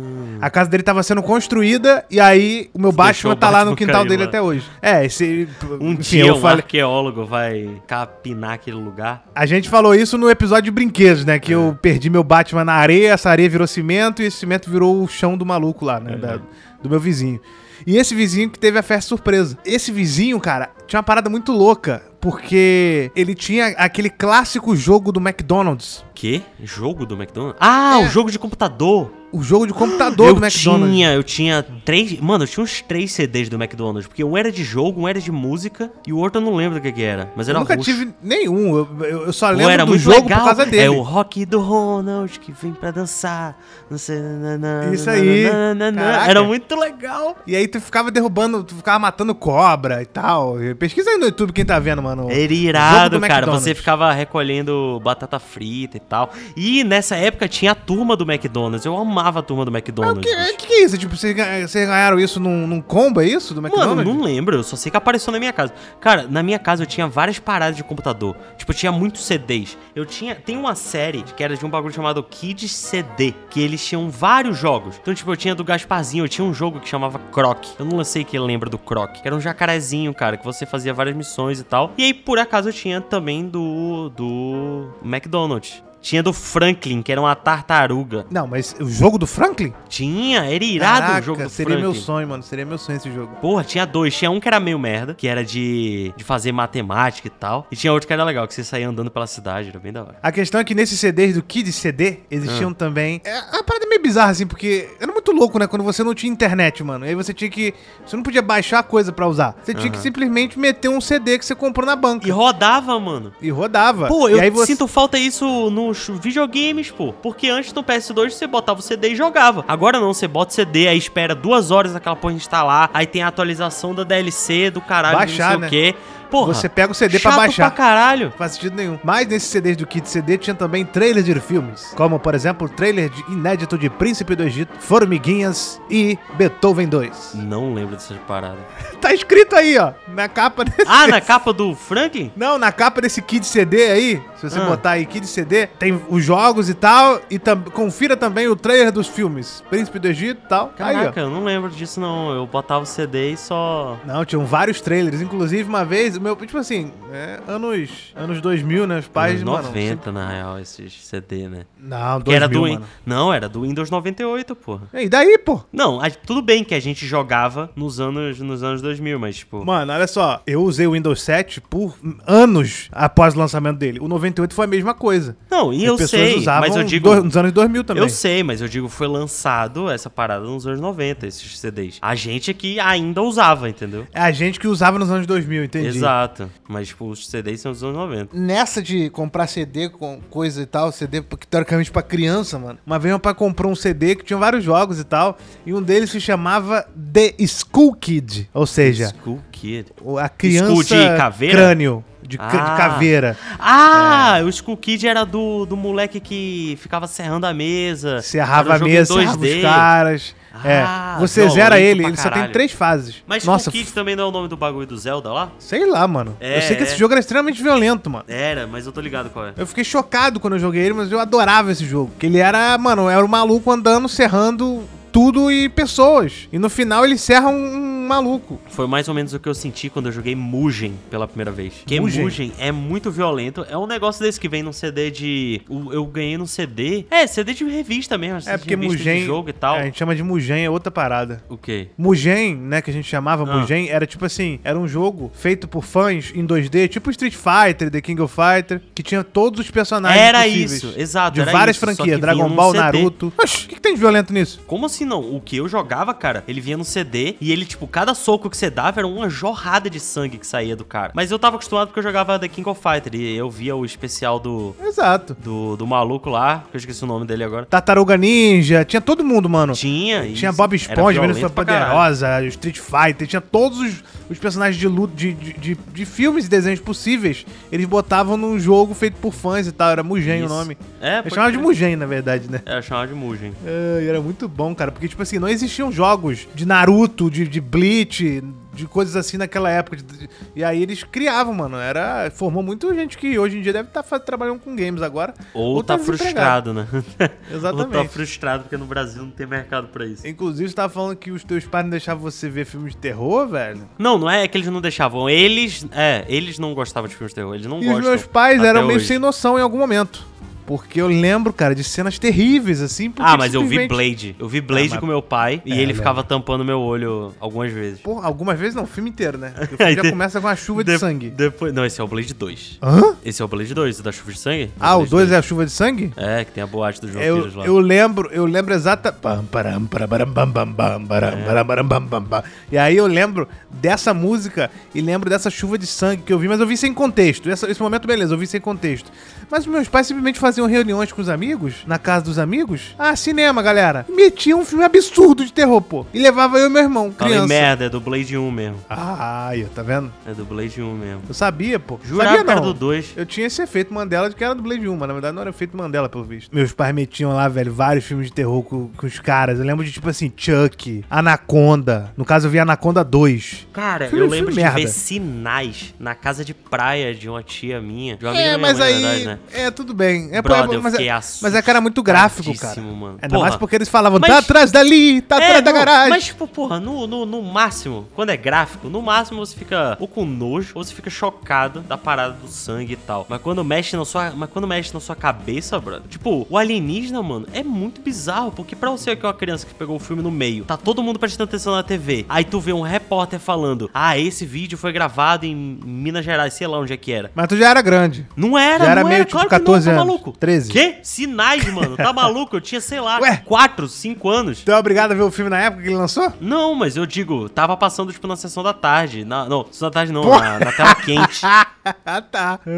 A casa dele tava sendo construída e aí o meu Batman
o
tá lá no
Batman
quintal
cair
dele
lá.
até hoje. É, esse.
Um
enfim,
dia
eu
um
falei-
arqueólogo vai capinar aquele lugar.
A gente falou isso no episódio de brinquedos, né?
É.
Que eu perdi meu Batman na areia, essa areia virou cimento e esse cimento virou o chão do maluco lá,
É.
né? da- do meu vizinho. E esse vizinho que teve a festa surpresa. Esse vizinho, cara, tinha uma parada muito louca, porque ele tinha aquele clássico jogo do McDonald's.
Que? Jogo do McDonald's? Ah, o jogo de computador.
O jogo de computador
eu
do McDonald's.
tinha, eu tinha três. Mano, eu tinha uns três CDs do McDonald's. Porque um era de jogo, um era de música e o outro eu não lembro do que, que era. Mas era
Eu nunca
russo.
tive nenhum. Eu, eu- eu só
Ou
lembro
era
do
muito
jogo
legal.
por causa dele.
É o rock do Ronald que vem pra dançar. Não sei. nananã,
Isso aí.
nananã.
Caraca.
Era muito legal.
E aí tu ficava derrubando, tu ficava matando cobra e tal. Pesquisa aí no YouTube quem tá vendo, mano.
Era
Jogo
irado,
do
cara.
McDonald's.
Você ficava recolhendo batata frita e tal. E nessa época tinha a turma do McDonald's. Eu amava a turma do
O
McDonald's.
que,
bicho.
que que é isso? Tipo, vocês, ga- vocês ganharam isso num, num combo, é isso? Do
Mano,
McDonald's?
não lembro, eu só sei que apareceu na minha casa. Cara, na minha casa eu tinha várias paradas de computador. Tipo, eu tinha muitos CDs. Eu tinha. Tem uma série que era de um bagulho chamado Kids CD, que eles tinham vários jogos. Então, tipo, eu tinha do Gasparzinho, eu tinha um jogo que chamava Croc. Eu não sei quem lembra do Croc. Que era um jacarezinho, cara, que você fazia várias missões e tal. E aí, por acaso, eu tinha também do. do. McDonald's. Tinha do Franklin, que era uma tartaruga.
Não, mas o jogo do Franklin?
Tinha, era irado o jogo do
seria
Franklin.
meu sonho, mano. Seria meu sonho esse jogo.
Porra, tinha dois. Tinha um que era meio merda, que era de, de fazer matemática e tal. E tinha outro que era legal, que você saía andando pela cidade, era bem da hora.
A questão é que nesses CDs do Kids CD existiam também. É uma parada meio bizarra, assim, porque era muito louco, né? Quando você não tinha internet, mano. Aí você tinha que. Você não podia baixar a coisa pra usar. Você tinha que simplesmente meter um CD que você comprou na banca.
E rodava, mano.
E rodava.
Pô,
e
eu
aí você-
sinto falta isso nos videogames, pô. Porque antes no PS2 você botava o CD e jogava. Agora não, você bota o CD, aí espera duas horas aquela porra instalar, aí tem a atualização da DLC, do caralho,
Baixar,
do não
né?
sei o quê. Porra,
Você pega o CD pra
chato
baixar.
pra caralho.
Não faz sentido nenhum. Mas nesses CDs do Kid CD tinha também trailer de filmes, como por exemplo o trailer de inédito de Príncipe do Egito, Formiguinhas e Beethoven 2.
Não lembro dessas paradas.
Tá escrito aí, ó, na capa desse.
Ah, na capa do Franklin?
Não, na capa desse Kid CD aí, se você
Ah.
botar aí Kid CD, tem os jogos e tal, e tam- confira também o trailer dos filmes, Príncipe do Egito e tal. Aí, ó.
Caraca, eu não lembro disso não. Eu botava o CD e só.
Não, tinham vários trailers. Inclusive, uma vez, o meu, tipo assim, é, anos, anos 2000, né? Os pais,
Anos
mano. assim,
90, na real, esses CD, né?
Não, 2000,
Que era do Win-
mano.
Não, era do Windows 98, porra.
E daí, pô?
Não, a- tudo bem que a gente jogava nos anos, nos anos 2000, mas tipo...
Mano, olha só, eu usei o Windows 7 por anos após o lançamento dele. O 98 foi a mesma coisa.
Não, e
As
eu
pessoas
sei,
usavam
mas eu digo...
do- nos anos 2000 também.
Eu sei, mas eu digo, foi lançado essa parada nos anos 90, esses CDs. A gente aqui ainda usava, entendeu?
É a gente que usava nos anos 2000, entendi.
Exato. Mas, tipo, os CDs são dos anos 90.
Nessa de comprar CD com coisa e tal, CD porque, teoricamente pra criança, mano. Uma vez meu pai comprou um CD que tinha vários jogos e tal, e um deles se chamava The School Kid, ou seja,
School Kid.
o- a criança
School de caveira?
crânio de, ca- de
Ah.
caveira.
Ah, o Skull Kid era do, do moleque que ficava serrando a mesa.
Serrava
Era
a
um jogo em
mesa, serrava
2D.
os caras.
Ah,
é. Você
violento
zera ele,
pra
ele só tem
caralho.
três fases.
Mas
Nossa,
Skull Kid também não é o nome do bagulho do Zelda lá?
sei lá, mano.
É,
eu sei que
é.
esse jogo era extremamente violento, mano.
Era, mas eu tô ligado qual é.
Eu fiquei chocado quando eu joguei ele, mas eu adorava esse jogo. Que ele era, mano, era um maluco andando, serrando tudo e pessoas. E no final ele serra um maluco.
Foi mais ou menos o que eu senti quando eu joguei Mugen pela primeira vez. Porque
Mugen?
Mugen, é muito violento. É um negócio desse que vem num CD de. o- Eu ganhei num CD. É, CD de revista mesmo.
É
CD
porque
de revista
Mugen.
de jogo e tal.
é, a gente chama de Mugen, é outra parada.
O quê?
Mugen, né, que a gente chamava
Ah.
Mugen, era tipo assim, era um jogo feito por fãs em 2D, tipo Street Fighter, The King of Fighter, que tinha todos os personagens
Era
possíveis.
isso, exato,
De
era
várias
isso, só que
franquias,
vinha um
Dragon
num
Ball,
CD.
Naruto. Oxe, o que, que tem de violento nisso?
Como assim não? O que eu jogava, cara, ele vinha no CD e ele, tipo, cada soco que você dava era uma jorrada de sangue que saía do cara. Mas eu tava acostumado porque eu jogava The King of Fighter e eu via o especial do,
Exato.
do, do maluco lá, que eu esqueci o nome dele agora.
Tartaruga Ninja, tinha todo mundo, mano.
Tinha.
Tinha
isso.
Bob
Era
Esponja, Menina
violento pra caralho.
Superpoderosa, Street Fighter, tinha todos os, os personagens de luta, de, de, de- de filmes e desenhos possíveis. Eles botavam num jogo feito por fãs e tal, era Mugen o
Isso.
nome.
É,
Eu
pode
chamava de
crer.
Mugen, na verdade, né?
É, eu chamava de Mugen.
É, e era muito bom, cara, porque, tipo assim, não existiam jogos de Naruto, de, de Bleach, de coisas assim naquela época. de- de- e aí eles criavam, mano. Era, formou muita gente que hoje em dia deve estar trabalhando com games agora.
Ou, tá
desempregado.
frustrado, né? Ou
Exatamente.
tá frustrado porque no Brasil não tem mercado pra isso.
Inclusive, você tava falando que os teus pais não deixavam você ver filmes de terror, velho.
Não, não é que eles não deixavam. Eles. É, eles não gostavam de filmes de terror. Eles não
E
gostam.
os meus pais
até
eram meio
hoje.
sem noção em algum momento. Porque eu lembro, cara, de cenas terríveis, assim. porque
Ah, mas eu vi
simplesmente-
Blade. Eu vi Blade
Ah, mas-
com meu pai e
É,
ele
né?
ficava tampando meu olho algumas vezes.
Porra, algumas vezes não, o filme inteiro, né? Porque o filme já
De-
começa com a chuva de,
De-
sangue.
Depois, não, esse é o Blade 2.
Hã?
Esse é o Blade 2, o da chuva de sangue?
Ah, o 2 é
é.
a chuva de sangue?
É, que tem a boate do João
Eu,
Pires lá.
eu lembro, eu lembro exata. Pam, param, parabaram, bam, bam, bam,
É.
baram, baram, baram, bam, bam, bam. E aí eu lembro dessa música e lembro dessa chuva de sangue que eu vi, mas eu vi sem contexto. Essa- esse momento, beleza, eu vi sem contexto. Mas os meus pais simplesmente faziam reuniões com os amigos, na casa dos amigos. Ah, cinema, galera. E Metia um filme absurdo de terror, pô. E levava eu e meu irmão,
Falei
criança.
merda, é do Blade 1 mesmo.
Ah, aí, ó, tá vendo?
É do Blade 1 mesmo.
Eu sabia, pô.
Jurava
sabia
que era do dois.
Eu tinha esse efeito Mandela de que era do Blade 1, mas na verdade não era efeito Mandela, pelo visto. Meus pais metiam lá, velho, vários filmes de terror com, com os caras. Eu lembro de, tipo assim, Chuck, Anaconda. No caso, eu vi Anaconda 2.
Cara,
Filme-
eu lembro
filme
de
merda.
ver sinais na casa de praia de uma tia minha. De uma amiga
É,
da minha
mas
mãe,
aí.
na verdade, né?
É, tudo bem. É,
Brother,
pô,
eu
mas,
fiquei
é, mas é cara muito gráfico, cara.
assustadíssimo, mano.
Ainda
Porra.
mais porque eles falavam, tá
Mas- É,
atrás dali, tá atrás da
não,
garagem.
Mas, tipo, porra, no, no, no máximo, quando é gráfico, no máximo você fica ou com nojo, ou você fica chocado da parada do sangue e tal. Mas quando mexe na sua, mas quando mexe na sua cabeça, brother, tipo, o alienígena, mano, é muito bizarro. Porque pra você que é uma criança que pegou o filme no meio, tá todo mundo prestando atenção na TV. Aí tu vê um repórter falando: Ah, esse vídeo foi gravado em Minas Gerais, sei lá onde é que era.
Mas tu já era grande.
Não era,
Já era
não
meio,
era,
tipo,
claro que
14
não, tá
anos,
maluco.
13.
Quê? Sinais, mano, tá maluco? Eu tinha, sei lá,
Ué?
4, 5 anos.
Tu é obrigado a ver o filme na época que ele lançou?
Não, mas eu digo, tava passando, tipo, na sessão da tarde. Na, não, sessão da tarde não,
Porra.
na, na tela quente.
ah, tá. Ai,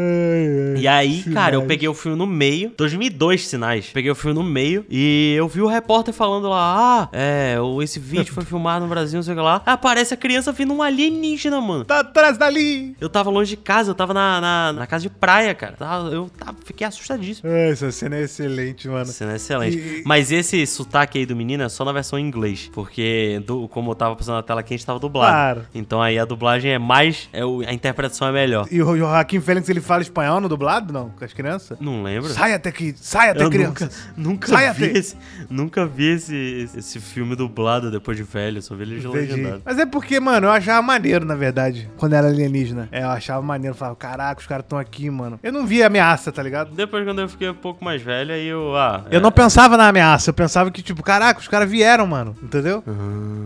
ai.
E aí, cara, eu
Sinais.
peguei o filme no meio. 2002 sinais. Peguei o filme no meio e eu vi o repórter falando lá: Ah, é, o- esse vídeo foi filmado no Brasil, não sei o que lá. Aparece a criança vindo um alienígena, mano.
Tá atrás dali.
Eu tava longe de casa, eu tava na, na, na casa de praia, cara. Tava- Eu tava, fiquei assustadíssimo.
Ai, Essa cena é excelente, mano.
Cena Né? excelente.
E-
Mas esse sotaque aí do menino é só na versão em inglês. Porque, do- como eu tava passando na tela quente, tava dublado.
Claro.
Então aí a dublagem é mais. É, o- a interpretação é melhor.
E o Joaquim Félix, ele fala espanhol no dublado, não? Com as crianças?
Não lembro.
Sai até que... Sai até
eu
criança.
nunca, nunca
Sai
vi,
até.
esse, nunca vi esse, esse filme dublado depois de velho. Só vi ele de
Entendi.
legendado.
Mas é porque, mano, eu achava maneiro, na verdade, quando era alienígena. É, eu achava maneiro. Falava, caraca, os caras estão aqui, mano. Eu não via ameaça, tá ligado?
Depois, quando eu fiquei um pouco mais velho, aí eu. Ah,
Eu
é,
não pensava na ameaça, eu pensava que, tipo, caraca, os caras vieram, mano. Entendeu?
Ah.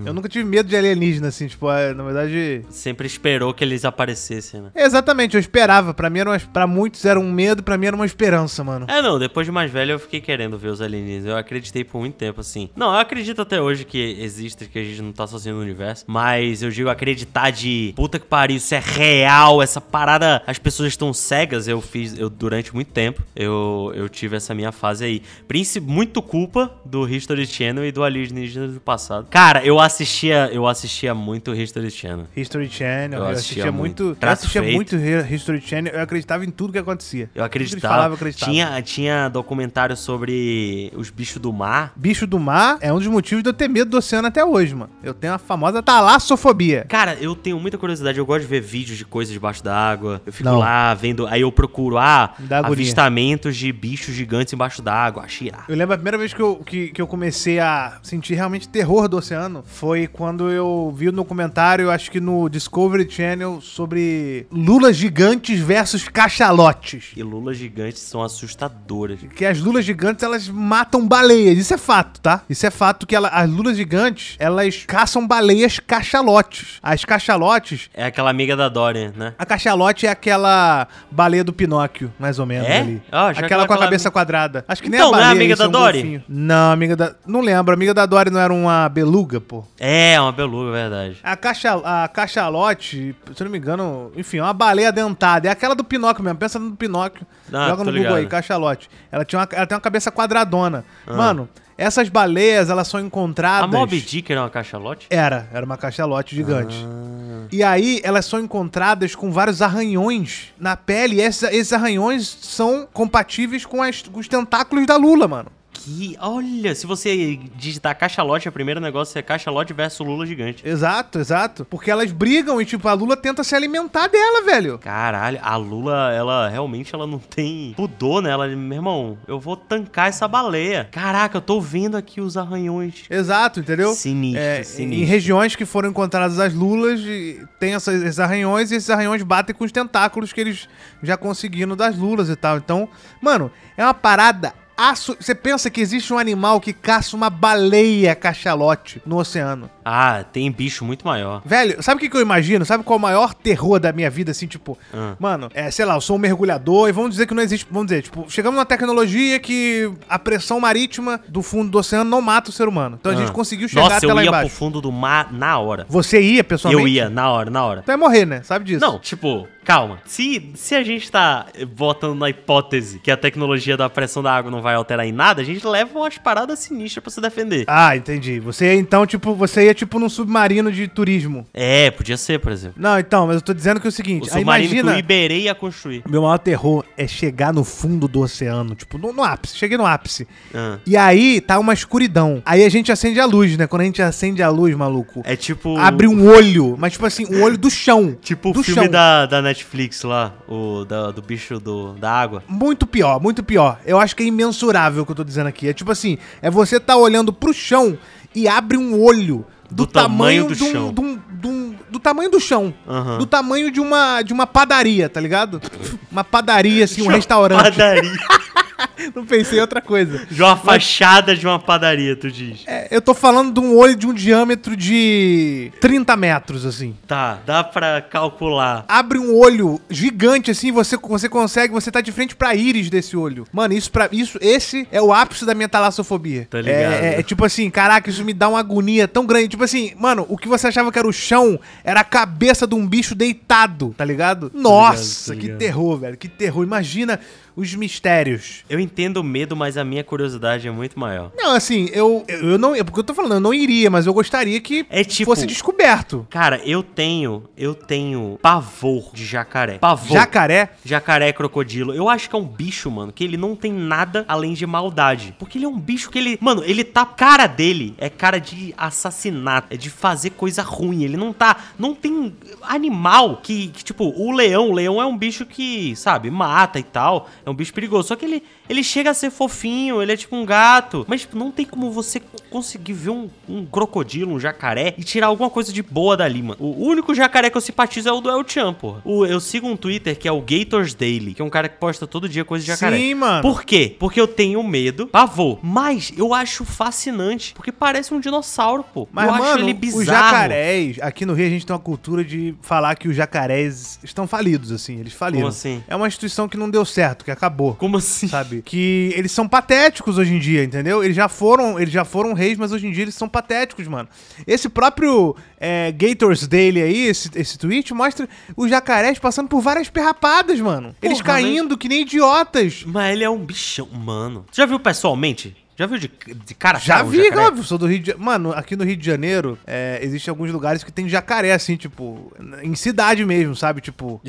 Eu nunca tive medo de alienígena, assim, tipo, é, na verdade.
Sempre esperou que eles aparecessem, né?
é, Exatamente, eu esperava. Pra mim era uma, pra muitos era um medo, pra mim era uma esperança, mano.
É, não, depois de mais velho eu fiquei querendo ver os alienígenas. Eu acreditei por muito tempo, assim. Não, eu acredito até hoje que existe, que a gente não tá sozinho no universo. Mas eu digo acreditar de puta que pariu, isso é real, essa parada. As pessoas estão cegas. Eu fiz, eu durante muito tempo, eu, eu tive essa minha fase aí. Princi muito culpa do History Channel e do alienígena do passado. Cara, eu assistia, eu assistia muito History Channel.
History Channel, eu,
Eu
assistia,
assistia
muito.
muito.
Eu
Trato
assistia
Feito.
muito He- History Channel, eu acreditava em tudo que acontecia.
Eu
Tudo que eles
acreditava.
falavam, eu acreditava.
Tinha, tinha documentário sobre os bichos do mar.
Bicho do mar é um dos motivos de eu ter medo do oceano até hoje, mano. Eu tenho a famosa talassofobia.
Cara, eu tenho muita curiosidade. Eu gosto de ver vídeos de coisas debaixo da água. Eu fico
Não.
lá vendo. Aí eu procuro ah,
Me dá agonia.
avistamentos de bichos gigantes embaixo da água. Achirá.
Eu lembro a primeira vez que eu, que, que eu comecei a sentir realmente terror do oceano foi quando eu vi no documentário, acho que no Discovery Channel, sobre lulas gigantes versus cachalotes.
E lulas gigantes são assustadoras.
Que as lulas gigantes, elas matam baleias. Isso é fato, tá? Isso é fato que ela- as lulas gigantes, elas caçam baleias cachalotes. As cachalotes...
É aquela amiga da Dorian, né?
A cachalote é aquela baleia do Pinóquio, mais ou menos
É?
ali.
Ah, achei
aquela com a
aquela-
cabeça quadrada. Acho que nem a
Então, não é a
baleia.
amiga
isso
da
um
Dory?
golfinho. Não, amiga da... Não lembro. A amiga da Dory não era uma beluga, pô?
É, uma beluga, é verdade.
A, cacha, a cachalote, se eu não me engano, enfim, é uma baleia dentada. É aquela do Pinóquio mesmo. Pensa no Pinóquio.
Ah,
Joga no
tô
Google aí,
ligado. Ah.
cachalote. Ela, tinha uma- ela tem uma cabeça quadradona. Mano, essas baleias, elas são encontradas...
A Mob Dick era uma cachalote?
Era, era uma cachalote gigante.
Ah.
E aí elas são encontradas com vários arranhões na pele, e esses, esses arranhões são compatíveis com, as- com os tentáculos da Lula, mano.
Que. Olha, se você digitar cachalote, o primeiro negócio é cachalote versus lula gigante.
Exato, exato. Porque elas brigam e, tipo, a Lula tenta se alimentar dela, velho.
Caralho, a Lula, ela realmente ela não tem pudor, né? Ela, meu irmão, eu vou tancar essa baleia. Caraca, eu tô vendo aqui os arranhões.
Exato, entendeu?
Sinistro,
É, Em
sinistro.
regiões que foram encontradas as lulas, e tem essas- esses arranhões e esses arranhões batem com os tentáculos que eles já conseguiram das lulas e tal. Então, mano, é uma parada. assu- Você pensa que existe um animal que caça uma baleia cachalote no oceano?
Ah, tem bicho muito maior.
Velho, sabe o que, que eu imagino? Sabe qual é o maior terror da minha vida, assim, tipo,
Ah.
mano, é, sei lá, eu sou um mergulhador e vamos dizer que não existe. Vamos dizer, tipo, chegamos numa tecnologia que a pressão marítima do fundo do oceano não mata o ser humano. Então a gente
Ah.
conseguiu chegar
Nossa,
até
eu
lá
ia
embaixo.
pro fundo do mar na hora.
Você ia, pessoalmente?
Eu ia, na hora, na hora.
Tu vai morrer, né? Sabe disso?
Não, tipo, calma. Se, se a gente tá botando na hipótese que a tecnologia da pressão da água não vai alterar em nada, a gente leva umas paradas sinistras pra se defender.
Ah, entendi. Você ia, então, tipo, você ia, tipo, num submarino de turismo.
É, podia ser, por exemplo.
Não, então, mas eu tô dizendo que é o
O
seguinte, aí
submarino que o
imagina...
Iberê ia construir.
Meu maior terror é chegar no fundo do oceano, tipo, no, no ápice. Cheguei no ápice.
Ah.
E aí tá uma escuridão. Aí a gente acende a luz, né? Quando a gente acende a luz, maluco,
É tipo.
abre um olho, mas tipo assim, um olho do chão.
Tipo o
do
filme
chão.
da, da Netflix lá, o da- do bicho do, da água.
Muito pior, muito pior. Eu acho que é imensurável o que eu tô dizendo aqui. É tipo assim, é você tá olhando pro chão e abre um olho do,
Do tamanho
tamanho,
do
de um-
chão.
de um- de um- do tamanho do chão.
Aham.
Do tamanho de uma, de uma padaria, tá ligado? Uma padaria, assim, um restaurante.
Padaria.
Não pensei em outra coisa.
De uma fachada de uma padaria, tu diz.
É, eu tô falando de um olho de um diâmetro de 30 metros, assim.
Tá, dá pra calcular.
abre um olho gigante assim, você, você consegue, você tá de frente pra íris desse olho. Mano, isso para isso esse é o ápice da minha talassofobia.
Tá ligado.
É, é, é tipo assim, caraca, isso me dá uma agonia tão grande. Tipo assim, mano, o que você achava que era o chão era a cabeça de um bicho deitado, tá ligado? Nossa,
tá ligado.
que terror, velho, que terror. Imagina os mistérios.
Eu entendo o medo, mas a minha curiosidade é muito maior.
Não, assim, eu, eu eu não. É porque eu tô falando, eu não iria, mas eu gostaria que
É tipo-
fosse descoberto.
Cara, eu tenho, eu tenho pavor de jacaré. Pavor.
Jacaré.
Jacaré, crocodilo. Eu acho que é um bicho, mano, que ele não tem nada além de maldade. Porque ele é um bicho que ele. Mano, ele tá. Cara dele é cara de assassinato, é de fazer coisa ruim. Ele não tá. Não tem animal que, que, tipo, o leão. O leão é um bicho que, sabe, mata e tal. É um bicho perigoso. Só que ele, ele chega a ser fofinho, ele é tipo um gato. Mas, tipo, não tem como você conseguir ver um, um crocodilo, um jacaré e tirar alguma coisa de boa dali, mano. O único jacaré que eu simpatizo é o do El Chan, porra. O- eu sigo um Twitter que é o Gators Daily, que é um cara que posta todo dia coisa de jacaré.
Sim, mano.
Por quê? Porque eu tenho medo, pavor. Mas eu acho fascinante, porque parece um dinossauro, pô.
Mas,
eu
mano,
acho ele bizarro.
os jacarés, aqui no Rio a gente tem uma cultura de falar que os jacarés estão falidos, assim, eles faliram.
Como assim?
É uma instituição que não deu certo, que acabou.
Como assim?
Sabe? Que eles são patéticos hoje em dia, entendeu? Eles já foram, eles já foram reis, mas hoje em dia eles são patéticos, mano. Esse próprio é, Gators Daily aí, esse, esse tweet, mostra os jacarés passando por várias perrapadas, mano. eles
Porra, mas-
caindo que nem idiotas.
Mas ele é um bichão, mano. Tu já viu pessoalmente? Já viu de, de cara a
Já
cara um
vi,
jacaré?
óbvio, sou do Rio de Janeiro. Mano, aqui no Rio de Janeiro, é, existem alguns lugares que tem jacaré, assim, tipo, em cidade mesmo, sabe? Tipo.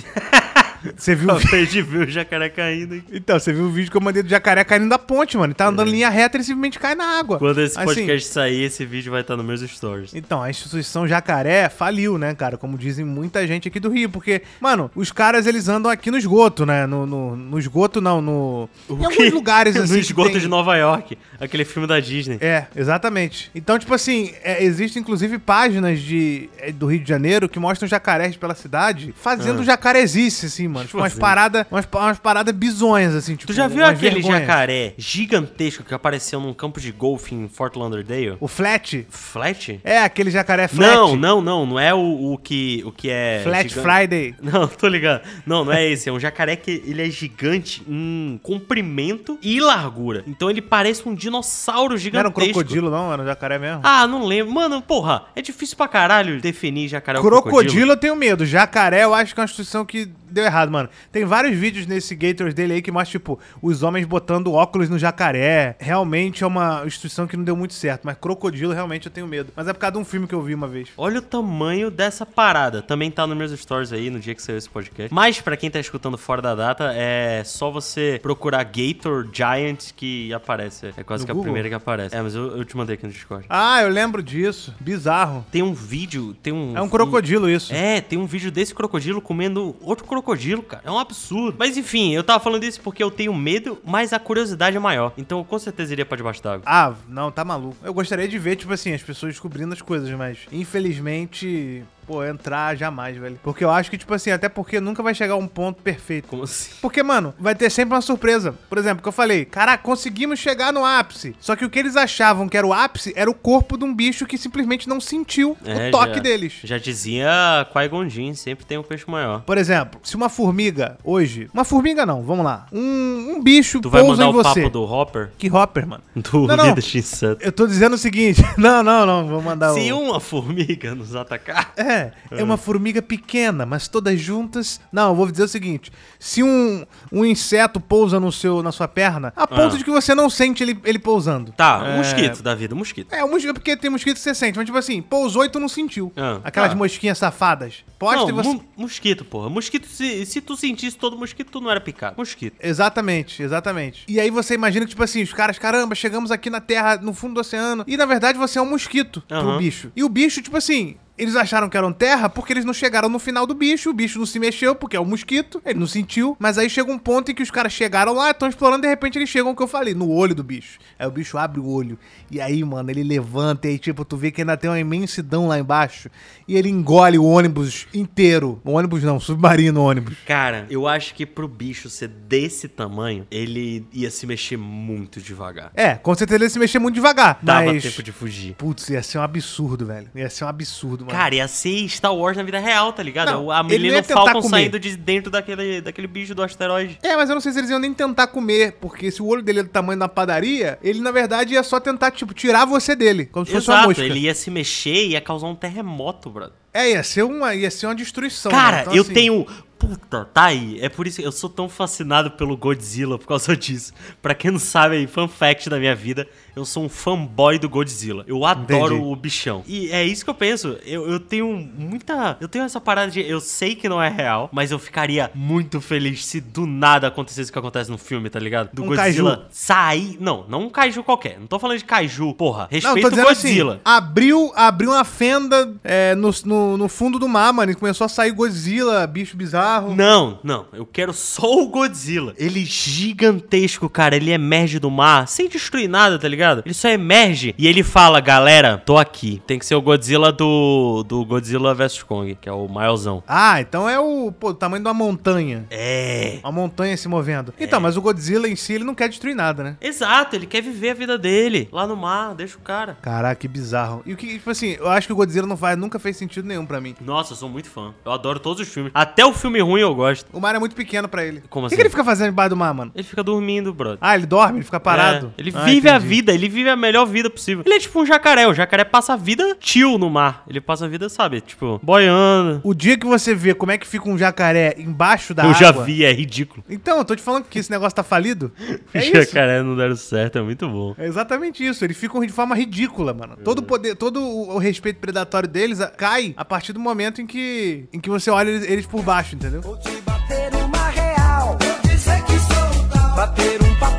Você viu o
Eu
vídeo?
perdi viu o jacaré caindo. hein?
Então, você viu o vídeo que eu mandei do jacaré caindo da ponte, mano. Ele tá andando em linha reta, ele simplesmente cai na água.
Uhum. Quando esse
Assim,
podcast sair, esse vídeo vai estar nos meus stories.
Então, a instituição jacaré faliu, né, cara? Como dizem muita gente aqui do Rio, porque, mano, os caras eles andam aqui no esgoto, né? No, no, no esgoto, não, no. Em alguns lugares assim.
No
que
esgoto
tem-
de Nova York. Aquele filme da Disney.
É, exatamente. Então, tipo assim, é, existem inclusive páginas de, é, do Rio de Janeiro que mostram jacarés pela cidade fazendo
Ah.
jacarezice, assim, mano. Tipo, umas
Fazer.
paradas umas, pa- umas parada bizonhas, assim, tipo.
Tu já viu
umas
aquele
vergonhas.
jacaré gigantesco que apareceu num campo de golfe em Fort Lauderdale?
O flat?
Flat?
É, aquele jacaré flat.
Não, não, não. Não é o, o que, o que é.
Flat
gigan-
Friday.
Não, tô ligado. Não, não é esse. É um jacaré que ele é gigante em comprimento e largura. Então ele parece um dinossauro
Não era um
gigantesco.
crocodilo, não, era um jacaré mesmo.
Ah, não lembro. Mano, porra, é difícil pra caralho definir jacaré ou
crocodilo, eu tenho medo. Jacaré, eu acho que é uma instituição que deu errado, mano. Tem vários vídeos nesse Gators dele aí que mostra, tipo, os homens botando óculos no jacaré. Realmente é uma instituição que não deu muito certo. Mas crocodilo, realmente, eu tenho medo. Mas é por causa de um filme que eu vi uma vez.
Olha o tamanho dessa parada. Também tá nos meus stories aí, no dia que saiu esse podcast. Mas, pra quem tá escutando fora da data, é só você procurar Gator Giant que aparece. É quase
No
que
Google?
a primeira que aparece. É, mas eu, eu te mandei aqui no Discord.
Ah, eu lembro disso. Bizarro.
Tem um vídeo, tem um.
É um crocodilo isso.
É, tem um vídeo desse crocodilo comendo outro crocodilo, cara. É um absurdo. Mas enfim, eu tava falando isso porque eu tenho medo, mas a curiosidade é maior. Então eu com certeza iria pra debaixo d'água.
Ah, não, tá maluco. Eu gostaria de ver, tipo assim, as pessoas descobrindo as coisas, mas infelizmente, pô, entrar jamais, velho. Porque eu acho que, tipo assim, até porque nunca vai chegar um ponto perfeito.
Como assim?
Porque, mano, vai ter sempre uma surpresa. Por exemplo, que eu falei, caraca, conseguimos chegar no ápice. Só que o que eles achavam que era o ápice era o corpo de um bicho que simplesmente não sentiu
É,
o toque
já-
deles.
Já dizia Qui Gondin, sempre tem um peixe maior.
Por exemplo, se uma formiga hoje. Uma formiga não, vamos lá. Um, um bicho
Tu vai
pousa
mandar
em
o
você.
papo do Hopper?
Que hopper, mano.
Do
Não, não.
líder Shinsan.
Eu tô dizendo o seguinte. Não, não, não. Vou mandar
Se
É
um
o.
uma formiga nos atacar.
É, é uma formiga pequena, mas todas juntas. Não, eu vou dizer o seguinte: se um, um inseto pousa no seu, na sua perna, a ponto
Ah.
de que você não sente ele, ele pousando.
Tá,
É.
um mosquito da vida, um mosquito.
É, o mosquito, porque tem mosquito que você sente, mas tipo assim, pousou e tu não sentiu.
Ah.
Aquelas
Ah.
mosquinhas safadas. Posta e
não,
você.
mu- mosquito, porra. Mosquito, se, se tu sentisse todo mosquito, tu não era picado. Mosquito.
Exatamente, exatamente. E aí você imagina que, tipo assim, os caras, caramba, chegamos aqui na Terra, no fundo do oceano. E na verdade você é um mosquito pro
Aham.
bicho. E o bicho, tipo assim. Eles acharam que eram terra porque eles não chegaram no final do bicho, o bicho não se mexeu porque é um mosquito, ele não sentiu, mas aí chega um ponto em que os caras chegaram lá, estão explorando, de repente eles chegam, o que eu falei, no olho do bicho. Aí o bicho abre o olho, e aí, mano, ele levanta, e aí, tipo, tu vê que ainda tem uma imensidão lá embaixo, e ele engole o ônibus inteiro. O ônibus não, submarino ônibus.
Cara, eu acho que pro bicho ser desse tamanho, ele ia se mexer muito devagar.
É, com certeza ele se mexia muito devagar.
Dava
mas...
tempo de fugir.
Putz, ia ser um absurdo, velho. Ia ser um absurdo, mano.
Cara, ia ser Star Wars na vida real, tá ligado?
Não,
a
ele não ia
menina
tentar
Falcon
comer.
saindo de dentro daquele, daquele bicho do asteroide.
É, mas eu não sei se eles iam nem tentar comer, porque se o olho dele é do tamanho da padaria, ele na verdade ia só tentar, tipo, tirar você dele, como se fosse uma
Exato,
mosca.
ele ia se mexer e ia causar um terremoto, brother.
É, ia ser uma, ia ser uma destruição.
Cara,
né? Então,
eu
assim,
tenho. um Puta, tá aí. É por isso que eu sou tão fascinado pelo Godzilla por causa disso. Pra quem não sabe aí, fun fact da minha vida, eu sou um fanboy do Godzilla. Eu adoro
Entendi.
o bichão. E é isso que eu penso. Eu, eu tenho muita. Eu tenho essa parada de. Eu sei que não é real, mas eu ficaria muito feliz se do nada acontecesse o que acontece no filme, tá ligado? Do
Um
Godzilla
kaiju.
sair. Não, não um kaiju qualquer. Não tô falando de kaiju. Porra,
Não, eu
respeita
tô
o
dizendo
Godzilla.
assim, abriu, abriu uma fenda é, no, no, no fundo do mar, mano, e começou a sair Godzilla, bicho bizarro.
Não, não. Eu quero só o Godzilla. Ele é gigantesco, cara. Ele emerge do mar sem destruir nada, tá ligado? Ele só emerge e ele fala, galera, tô aqui. Tem que ser o Godzilla do, do Godzilla vs Kong, que é o maiorzão.
Ah, então é o, pô, o tamanho de uma montanha.
É.
Uma montanha se movendo. Então, mas o Godzilla em si, ele não quer destruir nada, né?
Exato, ele quer viver a vida dele lá no mar, deixa o cara.
Caraca, que bizarro. E o que, tipo assim, eu acho que o Godzilla não faz, nunca fez sentido nenhum pra mim.
Nossa, eu sou muito fã. Eu adoro todos os filmes. Até o filme ruim eu gosto.
O mar é muito pequeno pra ele.
Como
o que,
assim?
que ele fica fazendo debaixo do mar, mano?
Ele fica dormindo, brother.
Ah, ele dorme, ele fica parado.
É, ele
Ah,
vive a
entendi.
vida, ele vive a melhor vida possível. Ele é tipo um jacaré, o jacaré passa a vida chill no mar. Ele passa a vida, sabe, tipo, boiando.
O dia que você vê como é que fica um jacaré embaixo da
eu
água.
já vi, é ridículo.
Então, eu tô te falando que esse negócio tá falido. É
Os
isso.
jacaré não deram certo, é muito bom.
É exatamente isso. Ele fica de forma ridícula, mano. Todo o poder, todo o o respeito predatório ah, deles a- cai a partir do momento em que em que você olha eles, eles por baixo, entendeu?
Vou te bater uma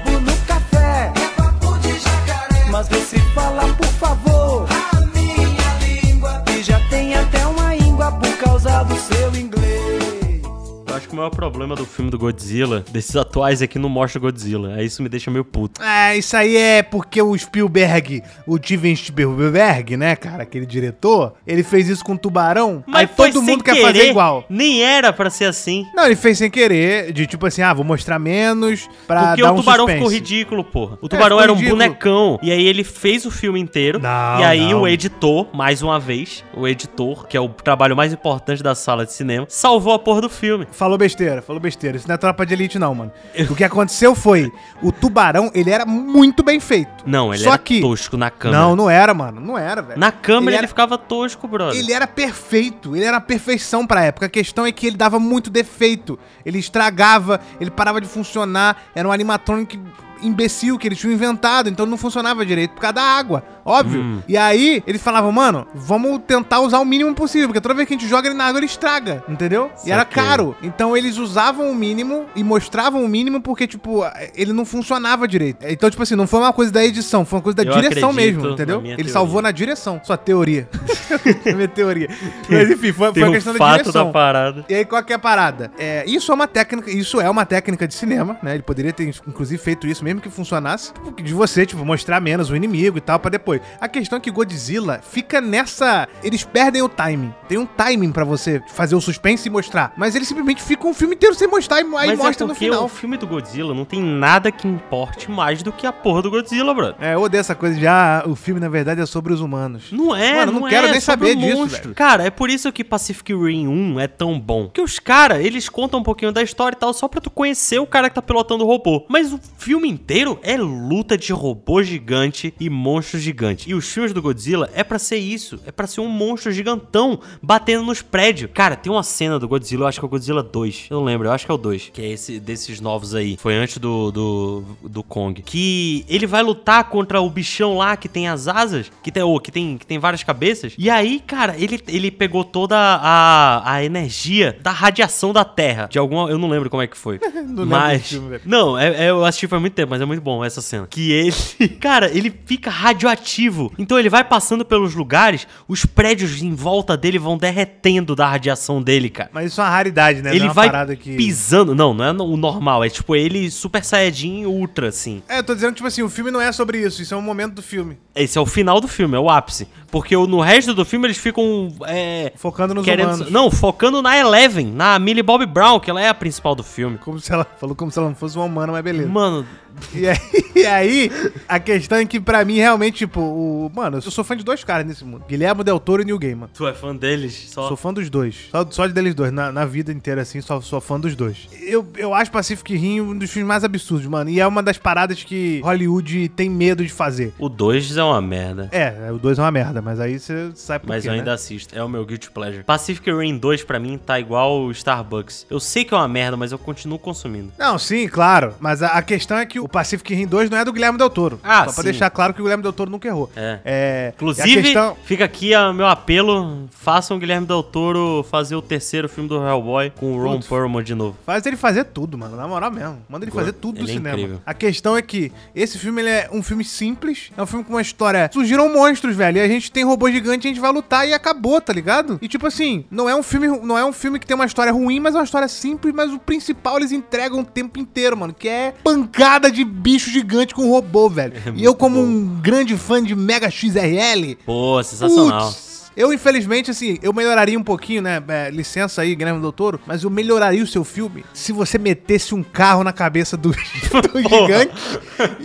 um É
o maior problema do filme do Godzilla, desses atuais, é que não mostra Godzilla. Aí isso me deixa meio puto.
Ah, isso aí é porque o Spielberg, o Steven Spielberg, né, cara, aquele diretor, ele fez isso com Tubarão, aí
foi
todo
sem
mundo quer fazer
querer,
igual.
Nem era pra ser assim.
Não, ele fez sem querer, de tipo assim, ah, vou mostrar menos pra
Porque
dar
o
um
tubarão
suspense. É,
ficou ridículo, porra. O tubarão
ficou
era um
ridículo.
bonecão. E aí ele fez o filme inteiro.
Não,
e aí
não.
o editor, mais uma vez, o editor, que é o trabalho mais importante da sala de cinema, salvou a porra do filme.
Falou besteira, falou besteira. Isso não é tropa de elite, não, mano. O que aconteceu foi, o tubarão, ele era muito bem feito.
Não, ele
Só
era
que...
tosco na câmera.
Não, não era, mano. Não era, velho.
Na câmera ele,
Ele era-
ficava tosco, brother.
Ele era perfeito, ele era a perfeição pra época. A questão é que ele dava muito defeito. Ele estragava, ele parava de funcionar. Era um animatronic imbecil que eles tinham inventado, então não funcionava direito por causa da água, óbvio.
Hum.
E aí eles falavam, mano, vamos tentar usar o mínimo possível, porque toda vez que a gente joga ele na água ele estraga, entendeu? E era
Saquei.
caro. Então eles usavam o mínimo e mostravam o mínimo porque, tipo, ele não funcionava direito. Então, tipo assim, não foi uma coisa da edição, foi uma coisa da
Eu
direção
acredito
mesmo, entendeu?
na minha
Ele
teoria.
salvou na direção. Sua teoria. É Minha teoria. Mas enfim, foi,
Tem
foi a
um
questão da
fato da
direção.
parada.
e aí, qual que é a parada? É, isso é uma técnica, isso é uma técnica de cinema, né? Ele poderia ter, inclusive, feito isso mesmo que funcionasse. De você, tipo, mostrar menos o inimigo e tal, pra depois. A questão é que Godzilla fica nessa. Eles perdem o timing. Tem um timing pra você fazer o suspense e mostrar. Mas eles simplesmente ficam o filme inteiro sem mostrar e aí
Mas
mostra
é
no
porque
final.
o filme do Godzilla não tem nada que importe mais do que a porra do Godzilla, brother.
É, eu odeio essa coisa de, ah, o filme, na verdade, é sobre os humanos.
Não é,
Mano,
não,
não quero
é,
nem
é sobre
saber
o
disso,
monstro.
velho.
Cara, é por isso que Pacific Rim 1 é tão bom. Porque os caras, eles contam um pouquinho da história e tal, só pra tu conhecer o cara que tá pilotando o robô. Mas o filme inteiro é luta de robô gigante e monstro gigante. E os filmes do Godzilla é pra ser isso. É pra ser um monstro gigantão batendo nos prédios. Cara, tem uma cena do Godzilla, eu acho que é o Godzilla 2. Eu não lembro, eu acho que é o 2. Que é esse desses novos aí. Foi antes do, do, do Kong. Que ele vai lutar contra o bichão lá que tem as asas, que tem, ou, que tem, que tem várias cabeças. E aí, cara, ele, ele pegou toda a, a energia da radiação da Terra. De alguma. Eu não lembro como é que foi.
lembro
mas.
desse filme, velho.
não, é- é- eu assisti faz muito tempo, mas é muito bom essa cena. Que ele. Cara, ele fica radioativo. Então ele vai passando pelos lugares, os prédios em volta dele vão derretendo da radiação dele, cara.
Mas isso é uma raridade, né?
Ele
Não é uma
vai
parada que-
pisando. Não, não é no- o normal. É tipo ele super saiyajin ultra, assim.
É, eu tô dizendo que, tipo assim, o filme não é sobre isso, isso é um momento do filme.
Esse é o final do filme, é o ápice. Porque o- no resto do filme eles ficam. É,
Focando nos
querendo-
humanos.
Não, focando na Eleven, na Millie Bob Brown, que ela é a principal do filme.
Como se ela falou como se ela não fosse uma humana, mas beleza.
Mano,
E aí, e aí, a questão é que pra mim realmente, tipo, o. Mano, eu sou fã de dois caras nesse mundo: Guilherme Del Toro e Neil Gaiman.
tu é fã deles? Só.
Sou fã dos dois. Só, só deles dois. Na, na vida inteira, assim, só sou fã dos dois. Eu, eu acho Pacific Rim um dos filmes mais absurdos, mano. E é uma das paradas que Hollywood tem medo de fazer.
O 2 é uma merda.
É, o dois é uma merda, mas aí você sabe por
Mas
quê,
eu
né?
ainda assisto, é o meu guilty pleasure. Pacific Rim 2 pra mim tá igual o Starbucks. Eu sei que é uma merda, mas eu continuo consumindo.
Não, sim, claro. Mas a, a questão é que o Pacific Rim 2 não é do Guilherme Del Toro.
Ah,
Só
sim.
pra deixar claro que o Guilherme Del Toro nunca errou.
É.
É, e
Inclusive,
a questão...
fica aqui o meu apelo: façam o Guilherme Del Toro fazer o terceiro filme do Hellboy com o Ron
Putz.
Perlman de novo.
Faz ele fazer tudo, mano. Na moral mesmo. Manda ele
Go-
fazer tudo do
ele é
cinema.
incrível.
A questão é que esse filme ele é um filme simples. É um filme com uma história. Surgiram monstros, velho. E a gente tem robô gigante, a gente vai lutar e acabou, tá ligado? E tipo assim, não é um filme, não é um filme que tem uma história ruim, mas é uma história simples. Mas o principal eles entregam o tempo inteiro, mano. Que é pancada de bicho gigante com robô, velho.
É
e eu, como um grande fã de Mega XRL,
Pô, sensacional.
Putz, Eu, infelizmente, assim, eu melhoraria um pouquinho, né? É, licença aí, Guilherme Del Toro, mas eu melhoraria o seu filme se você metesse um carro na cabeça do, do gigante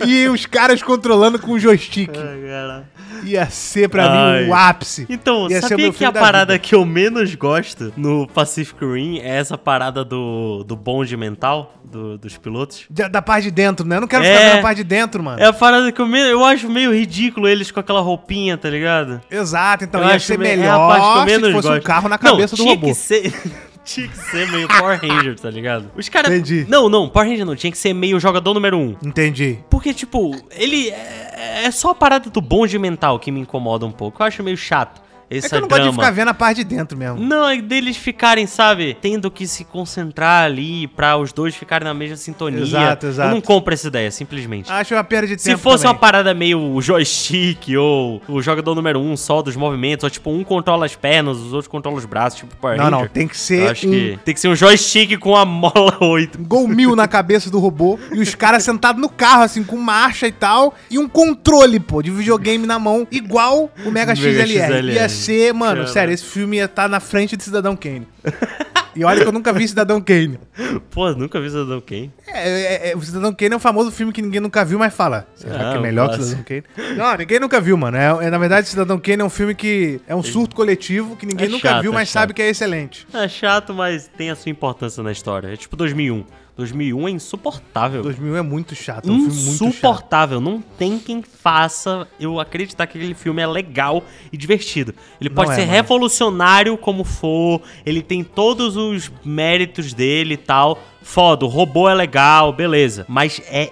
e os caras controlando com o joystick.
Ai, cara.
Ia ser, pra mim, o
Ai.
ápice.
Então,
Ia ser o
sabia
meu
que
filme da
a parada
vida.
que eu menos gosto no Pacific Rim é essa parada do, do bonde mental do- dos pilotos?
Da, da parte de dentro, né? Eu não quero
É.
ficar vendo a parte de dentro, mano.
É a parada que eu, me- eu acho meio ridículo eles com aquela roupinha, tá ligado?
Exato, então
eu
ia
acho
ser
me- é a
melhor
parte que eu menos
se fosse um
gosto.
carro na
Não,
cabeça do
tinha
robô.
Que ser... tinha que ser meio Power Ranger, tá ligado? Os caras.
Entendi.
Não, não, Power Ranger não. Tinha que ser meio jogador número um.
Entendi.
Porque, tipo, ele. É, é só a parada do bonde mental que me incomoda um pouco. Eu acho meio chato.
É
esse
que eu não gosto de
drama.
ficar vendo a parte de dentro mesmo.
Não, é deles ficarem, sabe, tendo que se concentrar ali pra os dois ficarem na mesma sintonia.
Exato, exato.
Eu não compro essa ideia, simplesmente.
Acho uma perda de tempo
Se fosse
também.
uma parada meio joystick ou o jogador número um só dos movimentos, ou tipo, um controla as pernas, os outros controlam os braços, tipo Power
Não, não,
Ranger,
tem que
eu
ser
acho
um
que tem que ser um joystick com a mola 8.
gol mil na cabeça do robô e os caras sentados no carro, assim, com marcha e tal, e um controle, pô, de videogame na mão, igual o Mega,
Mega
XLR.
XLR.
Ia ser, mano,
Caralho.
sério, esse filme ia estar na frente de Cidadão Kane. E olha que eu nunca vi Cidadão Kane.
Pô, nunca vi Cidadão Kane.
É, é, é, o Cidadão Kane é um famoso filme que ninguém nunca viu, mas fala. Será
Ah,
que é
um
melhor que
clássico.
Cidadão Kane? Não, ninguém nunca viu, mano. É, é, na verdade, Cidadão Kane é um filme que é um surto coletivo que ninguém
É
nunca
chato,
viu,
é
mas
chato.
sabe que é excelente.
É chato, mas tem a sua importância na história. É tipo 2001. 2001 é insuportável.
2000 é muito chato, é um filme muito chato.
insuportável. Não tem quem faça eu acreditar que aquele filme é legal e divertido. Ele
Não
pode
é,
ser
mano.
revolucionário como for, ele tem todos os méritos dele e tal. Foda, o robô é legal, beleza. Mas é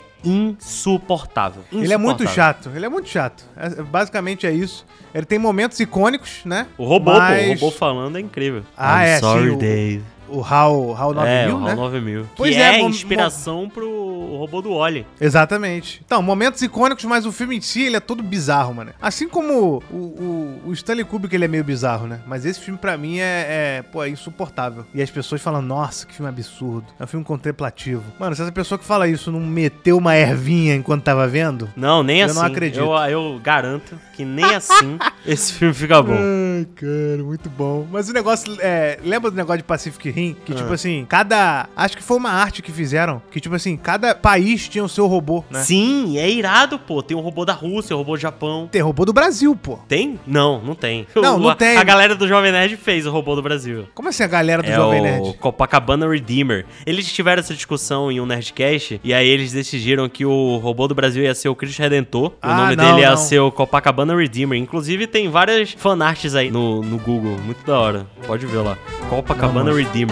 insuportável.
Ele é muito
Insuportável.
chato, ele é muito chato. É- basicamente é isso. Ele tem momentos icônicos, né?
O robô,
Mas-
pô, o robô falando é incrível.
Ah, é,
sorry,
sim, o-
Dave.
O HAL, HAL 9000,
é, o HAL
né?
9000.
Pois
que
é,
é,
mo- mo-
inspiração pro robô do Oli.
Exatamente. Então, momentos icônicos, mas o filme em si, ele é todo bizarro, mano. Assim como o, o, o Stanley Kubrick, ele é meio bizarro, né? Mas esse filme, pra mim, é, é, pô, é insuportável. E as pessoas falam, nossa, que filme absurdo. É um filme contemplativo. Mano, se essa pessoa que fala isso não meteu uma ervinha enquanto tava vendo...
Não, nem
Eu
assim.
não acredito.
Eu, eu garanto que nem assim esse filme fica bom.
Ai, cara, muito bom. Mas o negócio. É, lembra do negócio de Pacific Rim? Que,
Ah.
tipo assim, cada. Acho que foi uma arte que fizeram. Que, tipo assim, cada país tinha o seu robô, né?
Sim, é irado, pô. Tem um robô da Rússia, um robô do Japão.
Tem robô do Brasil, pô.
Tem? Não, não tem.
Não,
O-
não
a-
tem.
A galera do Jovem Nerd fez o robô do Brasil.
Como assim a galera do
é
Jovem
o
Nerd?
Copacabana Redeemer. Eles tiveram essa discussão em um Nerdcast, e aí eles decidiram que o robô do Brasil ia ser o Cristo Redentor.
Ah,
o nome
não,
dele ia
não.
ser o Copacabana Redeemer. Inclusive, tem várias fanarts aí no, no Google. Muito da hora. Pode ver lá. Copacabana
Não, não.
Redeemer.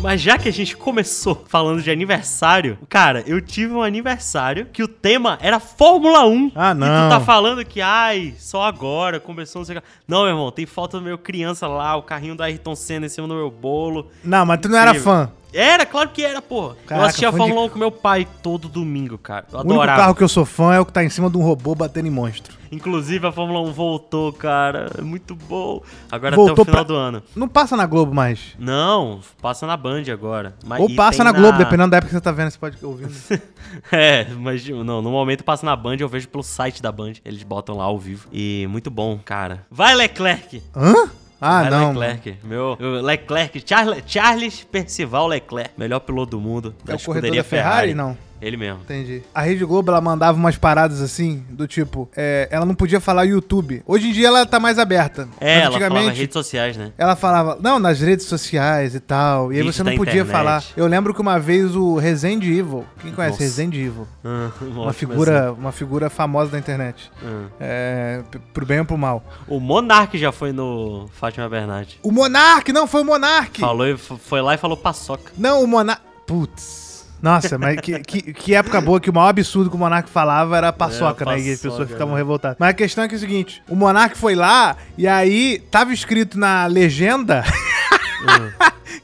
Mas já que a gente começou falando de aniversário, cara, eu tive um aniversário que o tema era Fórmula 1.
Ah,
E
não.
tu tá falando que, ai, só agora, começou, não sei o que. Não, meu irmão, tem foto do meu criança lá, o carrinho do Ayrton Senna em cima do meu bolo.
Não, mas tu não era
Incrível.
fã.
Era, claro que era, porra. eu
Caraca,
assistia a
fã de-
Fórmula 1 com meu pai todo domingo, cara.
O
Eu
único
adorava.
carro que eu sou fã é o que tá em cima de um robô batendo em monstro.
Inclusive, a Fórmula 1 voltou, cara. É Muito bom. Agora até
Voltou
o final
pra-
do ano.
Não passa na Globo mais.
Não, passa na Band agora. Mas-
Ou
e
passa
tem
na Globo, dependendo da época que você tá vendo, você pode ouvir.
É, mas não, no momento passa na Band, eu vejo pelo site da Band. Eles botam lá ao vivo. E muito bom, cara. Vai, Leclerc!
Hã? Ah,
Vai,
não. mano.
Leclerc. Meu, meu Leclerc, Charles, Charles Percival Leclerc. Melhor piloto do mundo.
É
da
o corredor
escuderia
da Ferrari? Não.
Ele mesmo.
Entendi. A Rede Globo, ela mandava umas paradas assim, do tipo, é, ela não podia falar YouTube. Hoje em dia ela tá mais aberta.
É,
Mas
ela falava nas redes sociais, né?
ela falava, não, nas redes sociais e tal. E aí
Vídeo
você não
da
podia
internet.
falar. Eu lembro que uma vez o Resident Evil, quem conhece
Nossa.
Resident Evil?
Ah,
Uma
ótimo exemplo.
figura, uma figura famosa da internet.
Ah.
É, p- pro bem ou pro mal.
O Monark já foi no Fátima Bernardi.
O Monark, não, foi o Monark!
Falou e f- foi lá e falou paçoca.
Não, o Monark. Putz. Nossa, mas que, que, que época boa que o maior absurdo que o Monark falava era paçoca,
Era
né? E as
paçoca,
pessoas ficavam
né?
revoltadas. Mas a questão é que é o seguinte: o Monark foi lá e aí tava escrito na legenda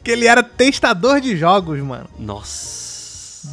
que ele era testador de jogos, mano.
Nossa.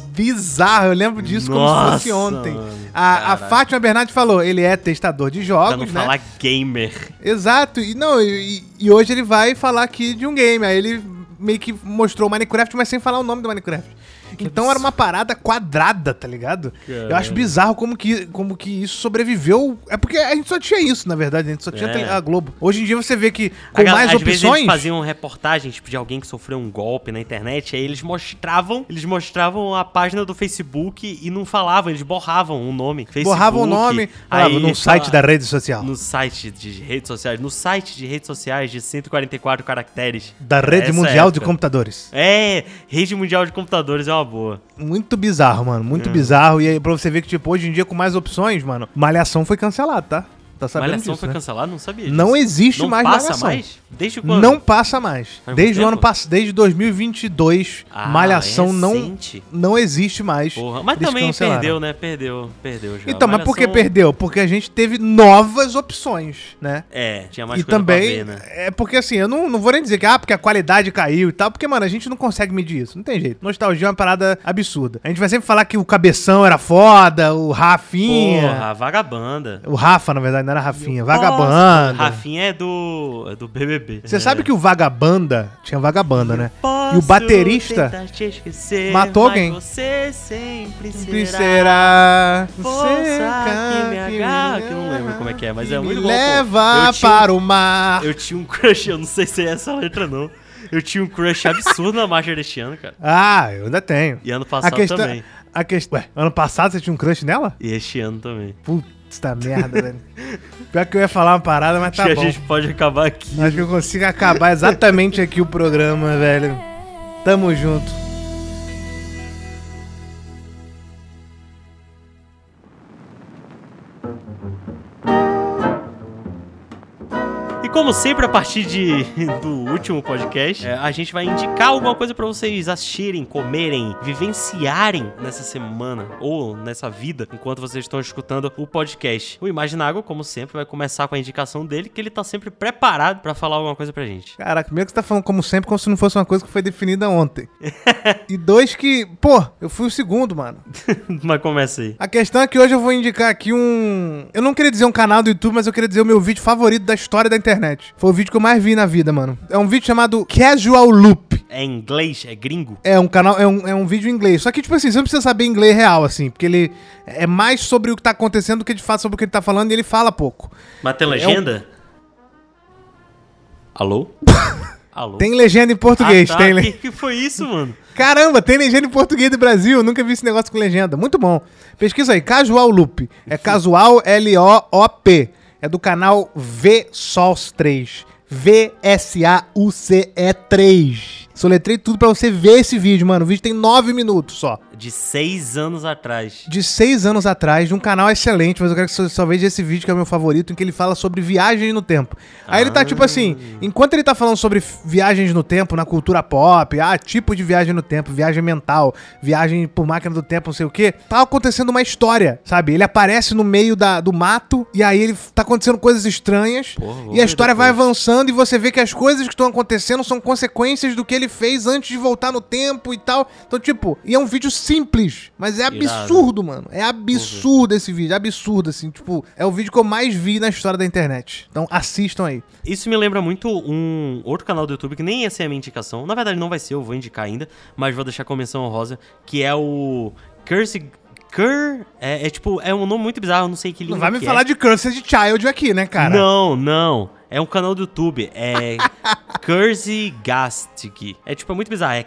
Bizarro, eu lembro disso como se fosse
Nossa,
ontem.
mano,
A, a
caralho.
Fátima Bernardi falou, ele é testador de
Pra não
jogos, né?
falar gamer.
Exato, e não, e, e hoje ele vai falar aqui de um game. Aí ele meio que mostrou o Minecraft, mas sem falar o nome do Minecraft. então era uma parada quadrada, tá ligado? Eu acho bizarro como que, como que isso sobreviveu. É porque a gente só tinha isso, na verdade, a gente só tinha
É.
a Globo. Hoje em dia você vê que com
A gal-
mais
Às vezes eles
opções.
faziam reportagem, tipo, de alguém que sofreu um golpe na internet, aí eles mostravam, eles mostravam a página do Facebook e não falavam, eles borravam o nome. Facebook,
Borravam o nome
aí
falava, no
eles
site da
falavam-
rede social.
No site de redes sociais, no site de redes sociais de 144 caracteres.
Da rede
Essa
mundial de
época.
computadores.
É, rede mundial de computadores é uma boa.
Muito
Hum.
bizarro, mano. Muito bizarro. E aí, pra você ver que, tipo, hoje em dia, com mais opções, mano, Malhação foi cancelada, tá? Tá sabendo
Malhação
disso,
foi
né?
cancelada? Não sabia disso.
Não existe
Não
mais
passa
Malhação.
mais? Desde quando?
Não passa mais.
Faz
Desde
muito
o ano
tempo?
passado, desde 2022,
Ah,
Malhação
é
não,
recente.
não existe mais.
Porra, mas
Eles
também
cancelaram.
perdeu, né? Perdeu, perdeu já.
Então, mas por que
Malhação-
perdeu? Porque a gente teve novas opções, né?
É, tinha mais
e
coisa
também
pra ver, né?
é porque assim, eu não, não vou nem dizer que ah, porque a qualidade caiu e tal, porque mano, a gente não consegue medir isso, não tem jeito. Nostalgia é uma parada absurda. A gente vai sempre falar que o Cabeção era foda, o Rafinha,
Porra, vagabanda.
o Rafa, na verdade, não era Rafinha,
Nossa,
Vagabanda.
Rafinha é do, é do BBB.
Você sabe que o Vagabanda tinha Vagabanda, né? E o baterista matou alguém.
Você sempre
sempre será
será.
você
Força que me agarra, que eu não lembro como é que é, mas é muito bom, pô. Eu
Leva
tinha um-
para o mar.
Eu tinha um crush, eu não sei se é essa letra não. Eu tinha um crush absurdo na Marjorie deste ano, cara.
Ah, eu ainda tenho.
E ano passado
a questão,
também.
A questão. Ué, ano passado você tinha um crush nela?
E este ano também.
Putz da merda, velho. Pior que eu ia falar uma parada, mas tá
Acho que
bom.
a gente pode acabar aqui.
Acho que eu consigo acabar exatamente aqui o programa, velho. Tamo junto.
E como sempre, a partir de, do último podcast, é, a gente vai indicar alguma coisa pra vocês assistirem, comerem, vivenciarem nessa semana ou nessa vida enquanto vocês estão escutando o podcast. O Imaginago, como sempre, vai começar com a indicação dele, que ele tá sempre preparado pra falar alguma coisa pra gente.
Caraca, primeiro que você tá falando como sempre, como se não fosse uma coisa que foi definida ontem. e dois que, pô, eu fui o segundo, mano.
Mas começa aí.
A questão é que hoje eu vou indicar aqui um. Eu não queria dizer um canal do YouTube, mas eu queria dizer o meu vídeo favorito da história da internet. Foi o vídeo que eu mais vi na vida, mano. É um vídeo chamado Casual Loop.
É em inglês? É gringo?
É um canal, é um, é um vídeo em inglês. Só que, tipo assim, você não precisa saber inglês real, assim, porque ele é mais sobre o que tá acontecendo do que de fato sobre o que ele tá falando e ele fala pouco.
Mas tem legenda? Alô? Alô?
Tem legenda em português,
ah, tá.
tem. le-
que, que foi isso, mano?
Caramba, tem legenda em português do Brasil. Eu Nunca vi esse negócio com legenda. Muito bom. Pesquisa aí, Casual Loop. É Casual L-O-O-P. É do canal VSOS 3. V-S-A-U-C-E 3. Soletrei tudo pra você ver esse vídeo, mano. O vídeo tem 9 minutos só.
De seis anos atrás.
de seis anos atrás, de um canal excelente, mas eu quero que você só veja esse vídeo que é o meu favorito, em que ele fala sobre viagens no tempo. Aí ele
Ah.
tá tipo assim, enquanto ele tá falando sobre f- viagens no tempo, na cultura pop, ah, tipo de viagem no tempo, viagem mental, viagem por máquina do tempo, não sei o quê, tá acontecendo uma história, sabe? Ele aparece no meio da, do mato, e aí ele f- tá acontecendo coisas estranhas,
Porra, vou
e a
ver
história vai
depois.
avançando e você vê que as coisas que estão acontecendo são consequências do que ele fez antes de voltar no tempo e tal. Então, tipo, e é um vídeo simples, mas é
Irado. Uhum.
absurdo, mano. É absurdo esse vídeo, é absurdo, assim. Tipo, é o vídeo que eu mais vi na história da internet. Então, assistam aí.
Isso me lembra muito um outro canal do YouTube que nem ia ser a minha indicação. Na verdade, não vai ser, eu vou indicar ainda, mas vou deixar com menção honrosa, que é o Curse. Cur. É, é tipo, é um nome muito bizarro, eu não sei que língua.
Não vai me
que
falar
é.
de Cursed Child aqui, né, cara?
Não, não. É um canal do YouTube. É. Curzy Gastig. É tipo, é muito bizarro. É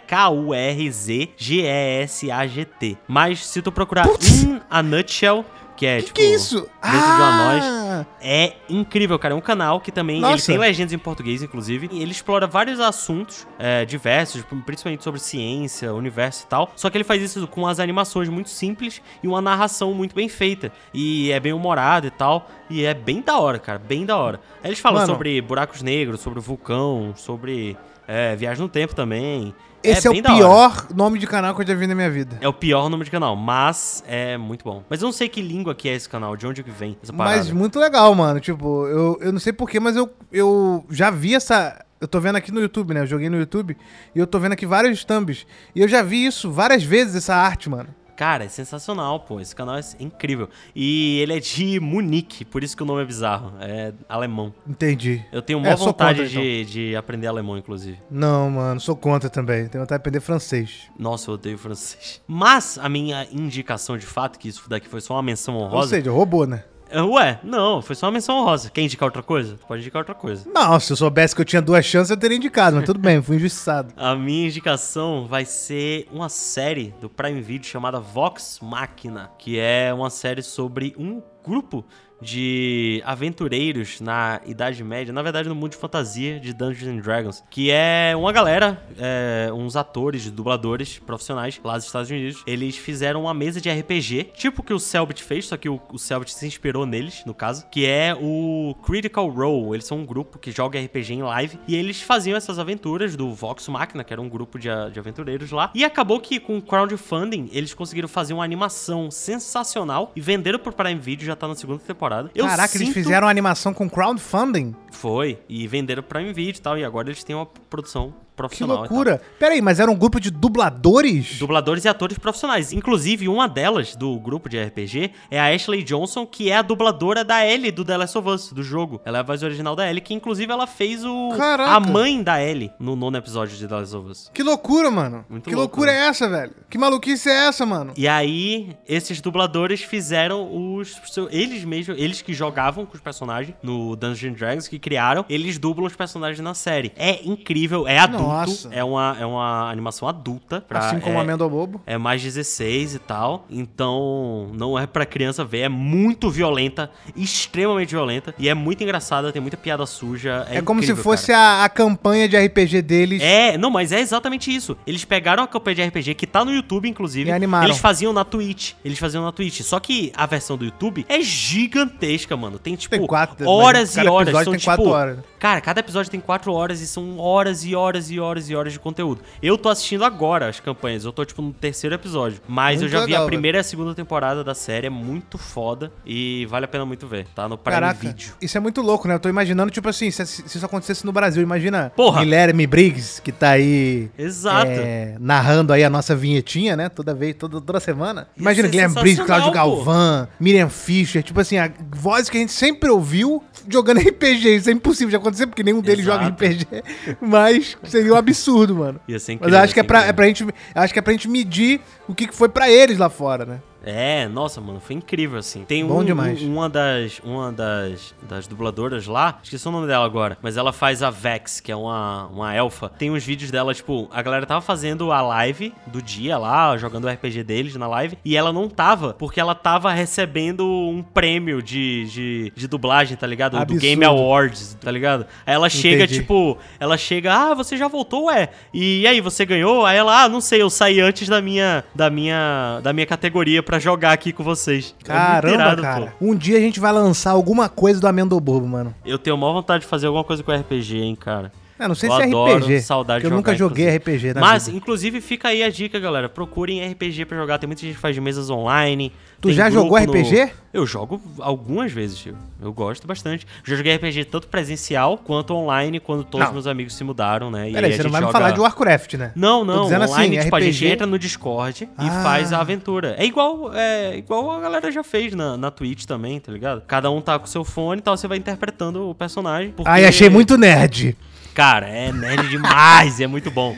K-U-R-Z-G-E-S-A-G-T. Mas se tu procurar
Putz.
in a nutshell, que é
Que
tipo.
que é isso? Ah,
Dentro de uma nós. É incrível, cara. É um canal que também ele
Nossa.
tem legendas em português, inclusive. E ele explora vários assuntos é, diversos, principalmente sobre ciência, universo e tal. Só que ele faz isso com as animações muito simples e uma narração muito bem feita. E é bem humorado e tal. E é bem da hora, cara. Bem da hora. Aí eles falam
Mano.
sobre buracos negros, sobre o vulcão, sobre é, viagem no tempo também.
Esse é,
bem
o
da hora.
pior nome de canal que eu já vi na minha vida.
É o pior nome de canal, mas é muito bom. Mas eu não sei que língua que é esse canal, de onde que vem essa parada.
Mas muito legal, mano. Tipo, eu, eu não sei porquê, mas eu, eu já vi essa. Eu tô vendo aqui no YouTube, né? Eu joguei no YouTube e eu tô vendo aqui vários thumbs. E eu já vi isso várias vezes, essa arte, mano.
Cara, é sensacional, pô. Esse canal é incrível. E ele é de Munique, por isso que o nome é bizarro. É alemão.
Entendi.
Eu tenho
É,
maior
sou
vontade
contra, então.
de, de aprender alemão, inclusive.
Não, mano, sou contra também. Tenho vontade de aprender francês.
Nossa, eu odeio francês. Mas a minha indicação de fato, que isso daqui foi só uma menção
Ou
honrosa.
seja, robô, né?
Ué, não, foi só uma menção honrosa. Quer indicar outra coisa? Pode indicar outra coisa.
Não, se eu soubesse que eu tinha duas chances, eu teria indicado, mas tudo bem, fui injustiçado.
A minha indicação vai ser uma série do Prime Video chamada Vox Machina, que é uma série sobre um grupo de aventureiros na Idade Média, na verdade no mundo de fantasia de Dungeons and Dragons, que é uma galera, é, uns atores, dubladores profissionais lá dos Estados Unidos, eles fizeram uma mesa de RPG, tipo que o Selbit fez, só que o, o Selbit se inspirou neles, no caso, que é o Critical Role. Eles são um grupo que joga RPG em live e eles faziam essas aventuras do Vox Machina, que era um grupo de, a- de aventureiros lá. E acabou que com o crowdfunding eles conseguiram fazer uma animação sensacional e venderam pro Prime Video, já tá na segunda temporada. Eu
Caraca, eles
sinto-
fizeram animação com crowdfunding?
Foi, e venderam pro Prime Video e tal, e agora eles têm uma produção
Que
profissional. e tal.
loucura. Pera aí, mas era um grupo de dubladores?
Dubladores e atores profissionais. Inclusive, uma delas do grupo de RPG é a Ashley Johnson, que é a dubladora da Ellie do The Last of Us, do jogo. Ela é a voz original da Ellie, que inclusive ela fez o
Caraca.
a mãe da Ellie no nono episódio de The Last of Us.
Que loucura, mano.
Muito
que
louco,
loucura
né?
é essa, velho? Que maluquice é essa, mano?
E aí, esses dubladores fizeram os. seu- Eles mesmos, eles que jogavam com os personagens no Dungeons and Dragons, que criaram, eles dublam os personagens na série. É incrível, é adulto.
Nossa.
É uma, é uma animação adulta. Pra,
assim como
é,
o Amendo Bobo.
É mais 16 e tal. Então, não é pra criança ver. É muito violenta, extremamente violenta. E é muito engraçada, tem muita piada suja.
É, como se
incrível,
fosse
cara.
a, a campanha de RPG deles.
É, não, mas é exatamente isso. Eles pegaram a campanha de RPG, que tá no YouTube, inclusive.
E animaram.
Eles faziam na Twitch. Eles faziam na Twitch. Só que a versão do YouTube é gigantesca, mano. Tem, tipo,
Tem quatro-
horas
cada
e horas.
episódio
São,
tem
tipo,
quatro horas.
Cara, cada episódio tem quatro horas e são horas e horas e horas e horas de conteúdo. Eu tô assistindo agora as campanhas, eu tô tipo no terceiro episódio. Mas
Muito
eu já vi
legal, né?
a primeira e a segunda temporada da série, é muito foda e vale a pena muito ver. Tá no Prime Video.
isso é muito louco, né? Eu tô imaginando, tipo assim, se, se isso acontecesse no Brasil, imagina
Porra.
Guilherme Briggs, que tá aí
Exato.
é, narrando aí a nossa vinhetinha, né? Toda vez, toda, toda semana. Imagina
é
Guilherme Briggs, Cláudio
sensacional, pô.
Galvão, Miriam Fischer, tipo assim, a voz que a gente sempre ouviu jogando RPG. Isso é impossível de acontecer, porque nenhum deles
Exato.
joga RPG, mas seria um absurdo, mano.
Ia ser incrível,
mas eu acho que é
ia ser
pra, é
incrível.
pra gente. eu acho que é pra gente medir o que, que foi pra eles lá fora, né?
É, nossa, mano, foi incrível, assim. Tem
Bom
um-
demais.
um- uma das uma das, das dubladoras lá, esqueci o nome dela agora, mas ela faz a Vex, que é uma, uma elfa. Tem uns vídeos dela, tipo, a galera tava fazendo a live do dia lá, jogando o RPG deles na live, e ela não tava, porque ela tava recebendo um prêmio de, de, de dublagem, tá ligado?
Absurdo.
Do Game Awards, tá ligado? Aí ela chega,
Entendi.
tipo, ela chega, ah, você já voltou, ué. E aí, você ganhou? Aí ela, ah, não sei, eu saí antes da minha da minha da minha categoria pra jogar aqui com vocês. É muito
Caramba,
irado,
cara.
pô.
Um dia a gente vai lançar alguma coisa do Amendo Bobo, mano.
Eu tenho maior vontade de fazer alguma coisa com RPG, hein, cara.
Ah, não sei
Eu
se é
adoro,
RPG.
saudade
porque eu
de
nunca
jogar,
joguei
inclusive.
RPG na
Mas,
vida.
inclusive, fica aí a dica, galera. Procurem RPG pra jogar. Tem muita gente que faz de mesas online.
Tu
tem
já
grupo
jogou
no-
RPG?
Eu jogo algumas vezes, Chico. Eu gosto bastante. Já joguei RPG tanto presencial quanto online, quando todos
Não.
meus amigos se mudaram, né? E
Peraí,
a
você não
gente
vai me
joga-
falar de Warcraft, né?
Não, não.
Tô dizendo
online,
assim,
tipo, a
RPG...
gente entra no Discord e
Ah.
faz a aventura. É igual, é igual a galera já fez na, na Twitch também, tá ligado? Cada um tá com seu fone e tal, você vai interpretando o personagem. porque-
Ai, achei muito nerd.
Cara, é nerd demais, é muito bom.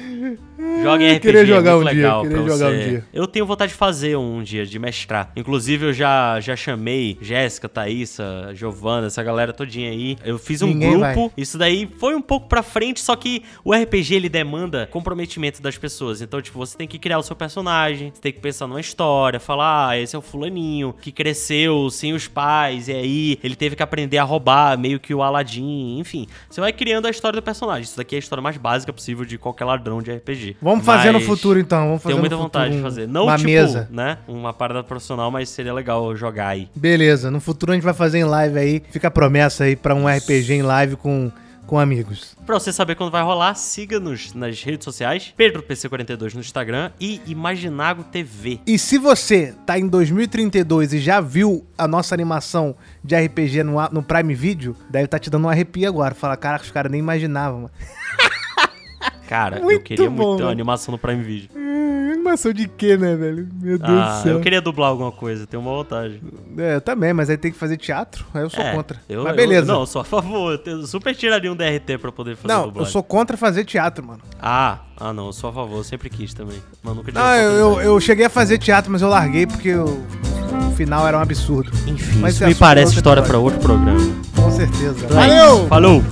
Joga em RPG,
Queria jogar
é
um
muito
dia,
legal
queria
pra
jogar um
você.
dia.
Eu tenho vontade de fazer um dia, de mestrar. Inclusive, eu já, já chamei Jéssica, Thaísa, Giovana, essa galera todinha aí. Eu fiz um
Ninguém
grupo,
vai.
isso daí foi um pouco pra frente, só que o RPG, ele demanda comprometimento das pessoas. Então, tipo, você tem que criar o seu personagem, você tem que pensar numa história, falar, ah, esse é o fulaninho que cresceu sem os pais, e aí ele teve que aprender a roubar, meio que o Aladdin, enfim. Você vai criando a história do personagem. Isso daqui é a história mais básica possível de qualquer ladrão de RPG.
Vamos fazer no
Mas
futuro, então. Vamos fazer
Tenho
no
muita
futuro
vontade
um-
de fazer. Não,
uma
tipo,
mesa.
né? Uma parada profissional, mas seria legal jogar aí.
Beleza, no futuro a gente vai fazer em live aí. Fica a promessa aí pra um RPG em live com, com amigos.
Pra você saber quando vai rolar, siga-nos nas redes sociais, PedroPC42 no Instagram e Imaginago TV.
E se você tá em 2032 e já viu a nossa animação de RPG no, a- no Prime Video, deve tá te dando um arrepio agora. Fala, caraca, os caras nem imaginavam. mano."
Cara, eu
Muito
queria
bom, né?
muito ter
velho.
uma animação no Prime Video.
É, Animação de quê, né, velho? Meu Deus
Ah,
do céu.
eu queria dublar alguma coisa, tenho uma vontade.
É, eu também, mas aí tem que fazer teatro. Aí eu sou
É,
contra.
eu-
mas
eu-
beleza.
não, eu sou a favor. Eu super tiraria um DRT pra poder fazer
não, eu
dublagem.
sou contra fazer teatro, mano.
Ah, ah não, eu sou a favor, eu sempre quis também. Mas nunca
Não,
tive
Ah, eu, eu,
oportunidade.
eu cheguei a fazer teatro, mas eu larguei porque eu- o final era um absurdo.
Enfim,
Mas esse
isso me
assunto é
parece
outro
história pra
episódio.
outro programa.
Com certeza.
Então é isso, Falou!